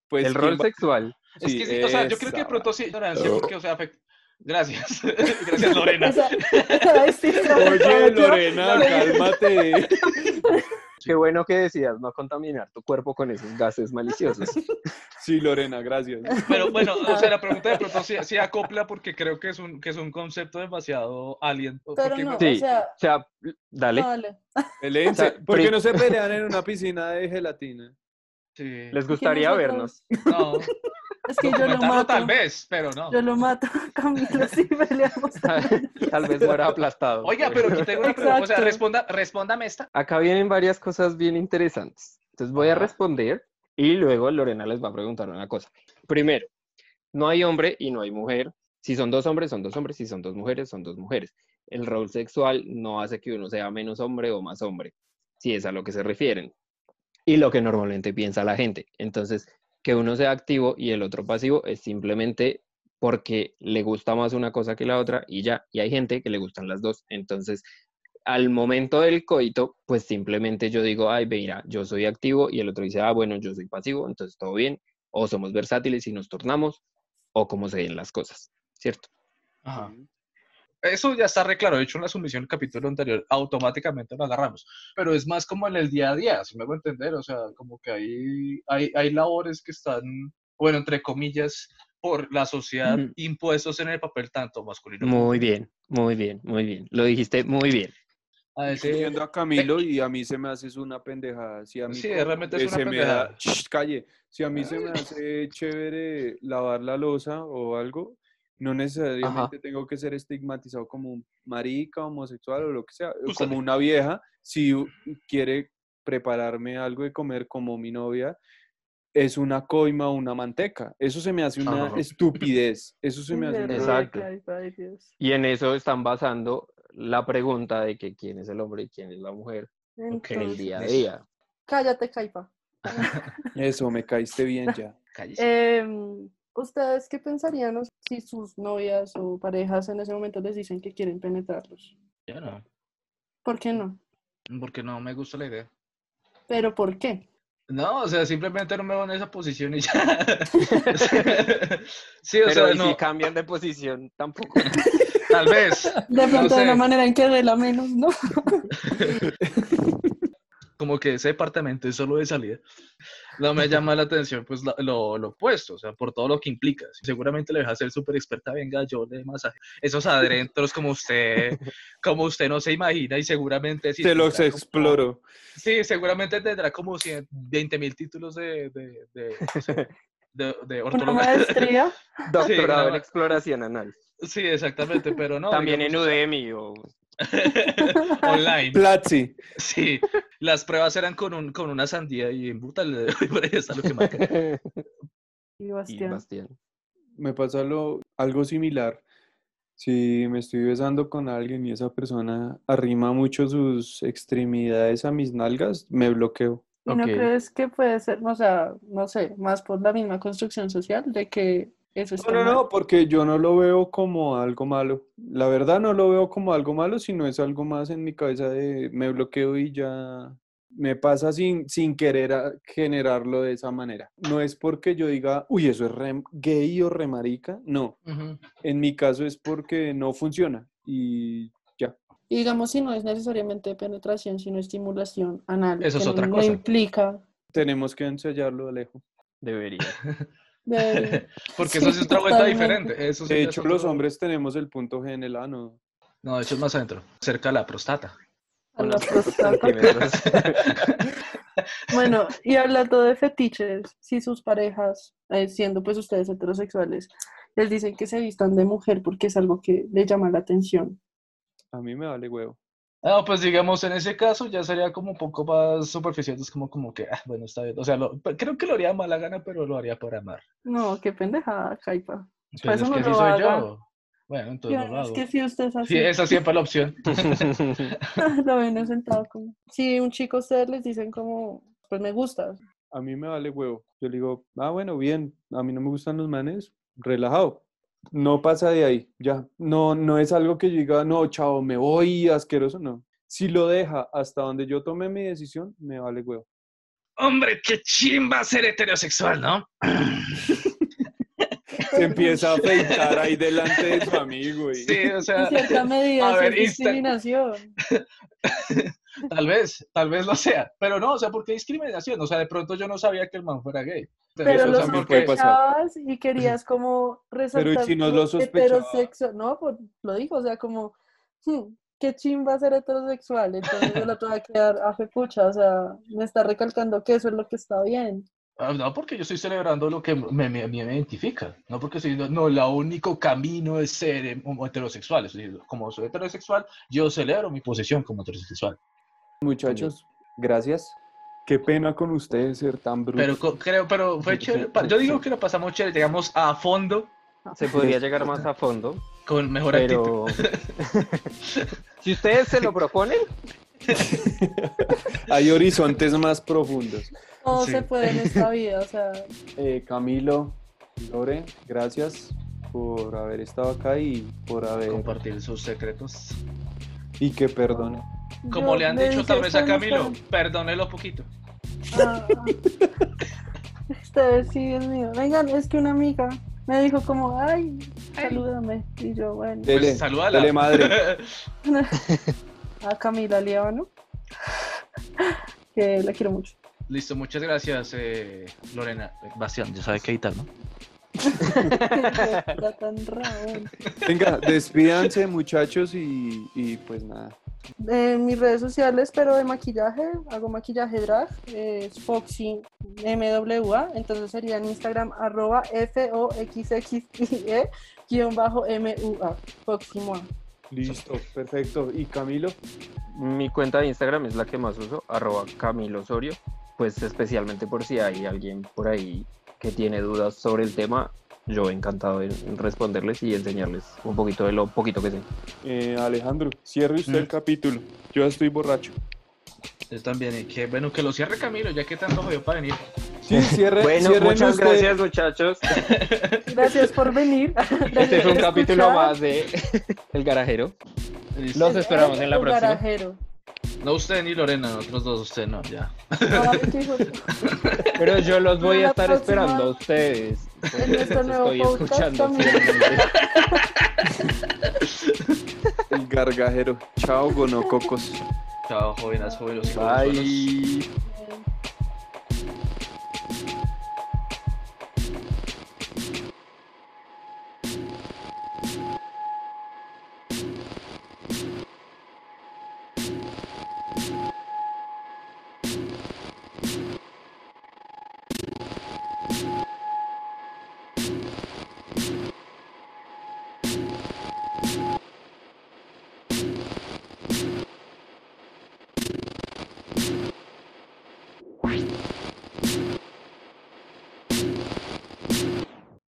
Speaker 1: Pues,
Speaker 3: el
Speaker 1: ¿quién
Speaker 3: rol
Speaker 1: va-
Speaker 3: sexual?
Speaker 2: Es que sí, o sea, yo creo que de
Speaker 1: esa,
Speaker 2: pronto sí, ignorancia, porque, o sea, afect- Gracias. Gracias, Lorena.
Speaker 4: Esa- esa es- sí,
Speaker 1: Oye,
Speaker 4: yo-
Speaker 1: Lorena,
Speaker 4: yo-
Speaker 1: cálmate.
Speaker 3: Qué bueno que decías no contaminar tu cuerpo con esos gases maliciosos.
Speaker 1: Sí, Lorena, gracias.
Speaker 2: Pero bueno, o sea, la pregunta de pronto sí, sí acopla porque creo que es un, que es un concepto demasiado alien. o-
Speaker 4: Pero
Speaker 2: porque-
Speaker 4: no, o
Speaker 3: Sí.
Speaker 4: sea,
Speaker 3: O sea, dale,
Speaker 4: no, dale.
Speaker 1: Elén,
Speaker 3: O sea,
Speaker 1: se- ¿por qué
Speaker 3: pri-
Speaker 1: no se pelean en una piscina de gelatina?
Speaker 2: sí,
Speaker 3: les
Speaker 4: Es que
Speaker 3: gustaría
Speaker 4: nosotros-
Speaker 3: vernos.
Speaker 2: no,
Speaker 4: Es que yo lo
Speaker 2: documentarlo
Speaker 4: mato.
Speaker 2: tal vez, pero no.
Speaker 4: Yo lo mato, Camilo, si peleamos.
Speaker 3: Tal vez muera aplastado.
Speaker 2: Oiga, pero aquí tengo una pregunta. O sea,
Speaker 4: Exacto.
Speaker 2: responda, respóndame esta.
Speaker 3: Acá vienen varias cosas bien interesantes. Entonces voy a
Speaker 2: Ajá.
Speaker 3: responder y luego Lorena les va a preguntar una cosa. Primero, no hay hombre y no hay mujer. Si son dos hombres, son dos hombres. Si son dos mujeres, son dos mujeres. El rol sexual no hace que uno sea menos hombre o más hombre, si es a lo que se refieren. Y lo que normalmente piensa la gente. Entonces, que uno sea activo y el otro pasivo es simplemente porque le gusta más una cosa que la otra y ya. Y hay gente que le gustan las dos. Entonces, al momento del coito, pues simplemente yo digo, ay, mira, yo soy activo y el otro dice, ah, bueno, yo soy pasivo, entonces todo bien, o somos versátiles y nos tornamos, o como se ven las cosas, ¿cierto?
Speaker 2: Ajá. Eso ya está re claro. De hecho, en la sumisión del capítulo anterior, automáticamente lo agarramos. Pero es más como en el día a día, si me hago entender. O sea, como que hay, hay, hay labores que están, bueno, entre comillas, por la sociedad
Speaker 3: Ujú.
Speaker 2: impuestos en el papel tanto masculino como
Speaker 3: Muy bien, muy bien, muy bien, lo dijiste muy bien.
Speaker 2: a
Speaker 1: Estoy
Speaker 2: veces
Speaker 1: viendo a Camilo y a mí se me hace es una pendejada. Si a mí
Speaker 2: Sí,
Speaker 1: como
Speaker 2: realmente es
Speaker 1: que
Speaker 2: una
Speaker 1: se me da-
Speaker 2: pendejada. Ah.
Speaker 1: Shh, calle. Si a mí se me hace chévere lavar la losa o algo, no necesariamente tengo que ser estigmatizado como un marica, homosexual o lo que sea, o
Speaker 2: Úsale.
Speaker 1: como una vieja. Si u- quiere prepararme algo de comer como mi novia, es una coima o una manteca. Eso se me hace una
Speaker 2: Ajá.
Speaker 1: estupidez. Eso se me hace una-
Speaker 3: Exacto.
Speaker 4: Ay, ay, Dios.
Speaker 3: Y en eso están basando la pregunta de que quién es el hombre y quién es la mujer en el
Speaker 4: Entonces,
Speaker 3: día a
Speaker 2: eso.
Speaker 3: día.
Speaker 4: Cállate, Caipa.
Speaker 1: Eso, me caíste bien ya.
Speaker 2: Cállese.
Speaker 4: Em, ¿Ustedes qué pensarían o- si sus novias o parejas en ese momento les dicen que quieren penetrarlos?
Speaker 2: Yo no,
Speaker 4: ¿Por qué no?
Speaker 2: porque no me gusta la idea.
Speaker 4: ¿Pero por qué?
Speaker 2: No, o sea, simplemente no me van en esa posición y ya. sí, o
Speaker 3: Pero
Speaker 2: sea,
Speaker 3: y
Speaker 2: no,
Speaker 3: si cambian de posición, tampoco.
Speaker 2: tal vez.
Speaker 4: De pronto de
Speaker 2: sé.
Speaker 4: una manera en que la menos, ¿no?
Speaker 2: como que ese departamento es solo de salida. No me llama la atención, pues la- lo, lo opuesto, o sea, por todo lo que implica. Seguramente le deja ser súper experta, venga, yo le masaje. Esos adentros como usted, como usted no se imagina y seguramente sí.
Speaker 1: Te los
Speaker 2: tendrá como-
Speaker 1: exploro.
Speaker 2: Sí, seguramente tendrá como 100, 20 mil títulos de, de, de, de- de
Speaker 4: Una
Speaker 2: ortología.
Speaker 4: maestría.
Speaker 3: Doctorado en
Speaker 2: no.
Speaker 3: exploración anal.
Speaker 2: Sí, exactamente, pero no.
Speaker 3: También en
Speaker 2: digamos,
Speaker 3: Udemy o
Speaker 2: online.
Speaker 1: Platzi.
Speaker 2: Sí, las pruebas eran con, un, con una sandía y en puta, le- por ahí está lo que marca.
Speaker 4: Y
Speaker 3: y
Speaker 4: Bastián.
Speaker 3: Bastián.
Speaker 1: me pasa lo, algo similar. Si me estoy besando con alguien y esa persona arrima mucho sus extremidades a mis nalgas, me bloqueo.
Speaker 4: ¿Y no
Speaker 3: Ok.
Speaker 4: crees que puede ser, o sea, no sé, más por la misma construcción social de que eso está
Speaker 1: No, no,
Speaker 4: mal?
Speaker 1: no, porque yo no lo veo como algo malo. La verdad no lo veo como algo malo, sino es algo más en mi cabeza de me bloqueo y ya me pasa sin, sin querer a- generarlo de esa manera. No es porque yo diga, uy, eso es re gay o remarica. No,
Speaker 2: Ujú.
Speaker 1: en mi caso es porque no funciona y
Speaker 4: Y digamos, si no es necesariamente penetración, sino estimulación anal,
Speaker 2: Eso
Speaker 4: que
Speaker 2: es
Speaker 4: no,
Speaker 2: otra
Speaker 4: no
Speaker 2: cosa.
Speaker 4: implica,
Speaker 1: tenemos que ensayarlo, Alejo.
Speaker 3: Debería.
Speaker 4: Del-
Speaker 2: Porque
Speaker 4: Sí,
Speaker 2: eso sí es otra vuelta
Speaker 4: totalmente.
Speaker 2: diferente. Eso sí
Speaker 1: De
Speaker 2: ya es
Speaker 1: hecho,
Speaker 2: otro-
Speaker 1: los hombres tenemos el punto G en el ano.
Speaker 2: No, de hecho es más adentro, cerca de la prostata.
Speaker 4: a la
Speaker 3: unos pocos
Speaker 4: prostata.
Speaker 3: centímetros.
Speaker 4: Bueno, y hablando de fetiches, si sus parejas, eh, siendo pues ustedes heterosexuales, les dicen que se vistan de mujer porque es algo que les llama la atención.
Speaker 1: A mí me vale huevo.
Speaker 2: No, pues digamos, en ese caso ya sería como un poco más superficial, es como, como que, ah, bueno, está bien. O sea, lo- pe- creo que lo haría de mala gana, pero lo haría por amar.
Speaker 4: No, qué pendejada, Caipa.
Speaker 2: Pues
Speaker 4: Para
Speaker 2: es
Speaker 4: eso no
Speaker 2: que así
Speaker 4: lo
Speaker 2: soy
Speaker 4: haga.
Speaker 2: yo. Bueno, entonces no lo
Speaker 4: Es
Speaker 2: hago.
Speaker 4: que si usted es así,
Speaker 2: Sí, esa siempre es la opción.
Speaker 4: lo ven sentado como. Si un chico a ustedes les dicen como, pues me gusta,
Speaker 1: A mí me vale huevo. Yo le digo, ah, bueno, bien, a mí no me gustan los manes, relajado. No pasa de ahí, ya. No, no es algo que yo diga, no, chao, me voy, asqueroso, no. Si lo deja hasta donde yo tomé mi decisión, me vale huevo.
Speaker 2: Hombre, qué chimba ser heterosexual, ¿no?
Speaker 1: Se empieza a afeitar ahí delante de su amigo. Y...
Speaker 2: Sí, o
Speaker 4: en
Speaker 2: sea,
Speaker 4: cierta medida
Speaker 2: a
Speaker 4: sí
Speaker 2: ver,
Speaker 4: es
Speaker 2: Insta-
Speaker 4: discriminación.
Speaker 2: tal vez, tal vez lo sea. Pero no, o sea, porque discriminación. O sea, de pronto yo no sabía que el man fuera gay.
Speaker 4: Pero
Speaker 2: Entonces,
Speaker 1: Eso
Speaker 4: lo
Speaker 1: también puede pasar.
Speaker 4: sospechabas y querías como resaltar
Speaker 1: si no
Speaker 4: tu
Speaker 1: lo sospechaba?
Speaker 4: heterosexual, no, pues, lo dijo, o sea, como, "Hmm, qué chimba ser heterosexual, entonces yo la te va a quedar a pucha, o sea, me está recalcando que eso es lo que está bien.
Speaker 2: Ah, No, porque yo estoy celebrando lo que me, me- me- me identifica. No porque soy, no, el único camino es ser eh, homo- heterosexual. Es decir, como soy heterosexual, yo celebro mi posición como heterosexual.
Speaker 1: Muchachos, gracias. Qué pena con ustedes ser tan brutos.
Speaker 2: Pero co- creo, pero fue chévere. pa- Yo digo que lo pasamos chévere, digamos, a fondo,
Speaker 3: Se podría llegar más a fondo,
Speaker 2: con mejor actitud.
Speaker 3: pero si ustedes se lo proponen,
Speaker 1: Hay horizontes más profundos.
Speaker 4: Todo
Speaker 2: Sí.
Speaker 4: se puede en esta vida, o sea,
Speaker 1: Eh, Camilo, Lore, gracias por haber estado acá y por haber...
Speaker 2: Compartir sus secretos.
Speaker 1: Y que perdone.
Speaker 2: Como
Speaker 4: yo
Speaker 2: le han
Speaker 4: le
Speaker 2: dicho
Speaker 4: dije,
Speaker 2: tal vez a
Speaker 4: "Ustedes no
Speaker 2: Camilo,
Speaker 4: saben".
Speaker 2: perdónelo poquito.
Speaker 4: Ah, ah. ustedes sí, Dios mío. Vengan, es que una amiga me dijo como, ay, salúdame, y yo, bueno,
Speaker 1: Dele,
Speaker 2: Pues salúdala.
Speaker 1: dele madre.
Speaker 4: a Camila Líbano, que la quiero mucho.
Speaker 2: Listo, muchas gracias, eh, Lorena. Bastián, ya sabe que editar, ¿no?
Speaker 4: Está tan raro.
Speaker 1: Venga, despídanse muchachos y, y pues nada.
Speaker 4: Eh, mis redes sociales, pero de maquillaje, hago maquillaje drag, eh, es Foxy MWA, entonces sería en Instagram arroba FOXXIE E, guión bajo MUA, Foxy Moa.
Speaker 1: Listo, perfecto. ¿Y Camilo?
Speaker 3: mi cuenta de Instagram es la que más uso, arroba Camilo Osorio, pues especialmente por si hay alguien por ahí que tiene dudas sobre el tema, yo encantado en en responderles y enseñarles un poquito de lo poquito que sé.
Speaker 1: Eh, Alejandro, cierre usted el
Speaker 2: Mm.
Speaker 1: capítulo. Yo ya estoy borracho.
Speaker 2: Yo también, y que bueno, que lo cierre Camilo, ya que tanto jodió para venir.
Speaker 1: Sí, cierre.
Speaker 3: Bueno,
Speaker 1: cierren
Speaker 3: muchas
Speaker 1: usted.
Speaker 3: gracias muchachos.
Speaker 4: Gracias por venir.
Speaker 3: Este
Speaker 4: Gracias
Speaker 3: es un
Speaker 4: por
Speaker 3: capítulo
Speaker 4: escuchar.
Speaker 3: más de El Garajero.
Speaker 2: Listo.
Speaker 3: Los esperamos en la
Speaker 4: El
Speaker 3: próxima.
Speaker 4: garajero.
Speaker 2: No usted ni Lorena, nosotros dos usted no, ya.
Speaker 4: Ay, qué hijo de-
Speaker 3: Pero yo los voy
Speaker 4: En
Speaker 3: a
Speaker 4: la
Speaker 3: estar
Speaker 4: próxima-
Speaker 3: esperando a ustedes. Porque los
Speaker 4: nuestro nuevo
Speaker 3: estoy
Speaker 4: podcast
Speaker 3: escuchando.
Speaker 4: también.
Speaker 3: fielmente.
Speaker 1: El gargajero. Chao, gonococos.
Speaker 2: Chao, jóvenes, jóvenes. jóvenes.
Speaker 1: Bye.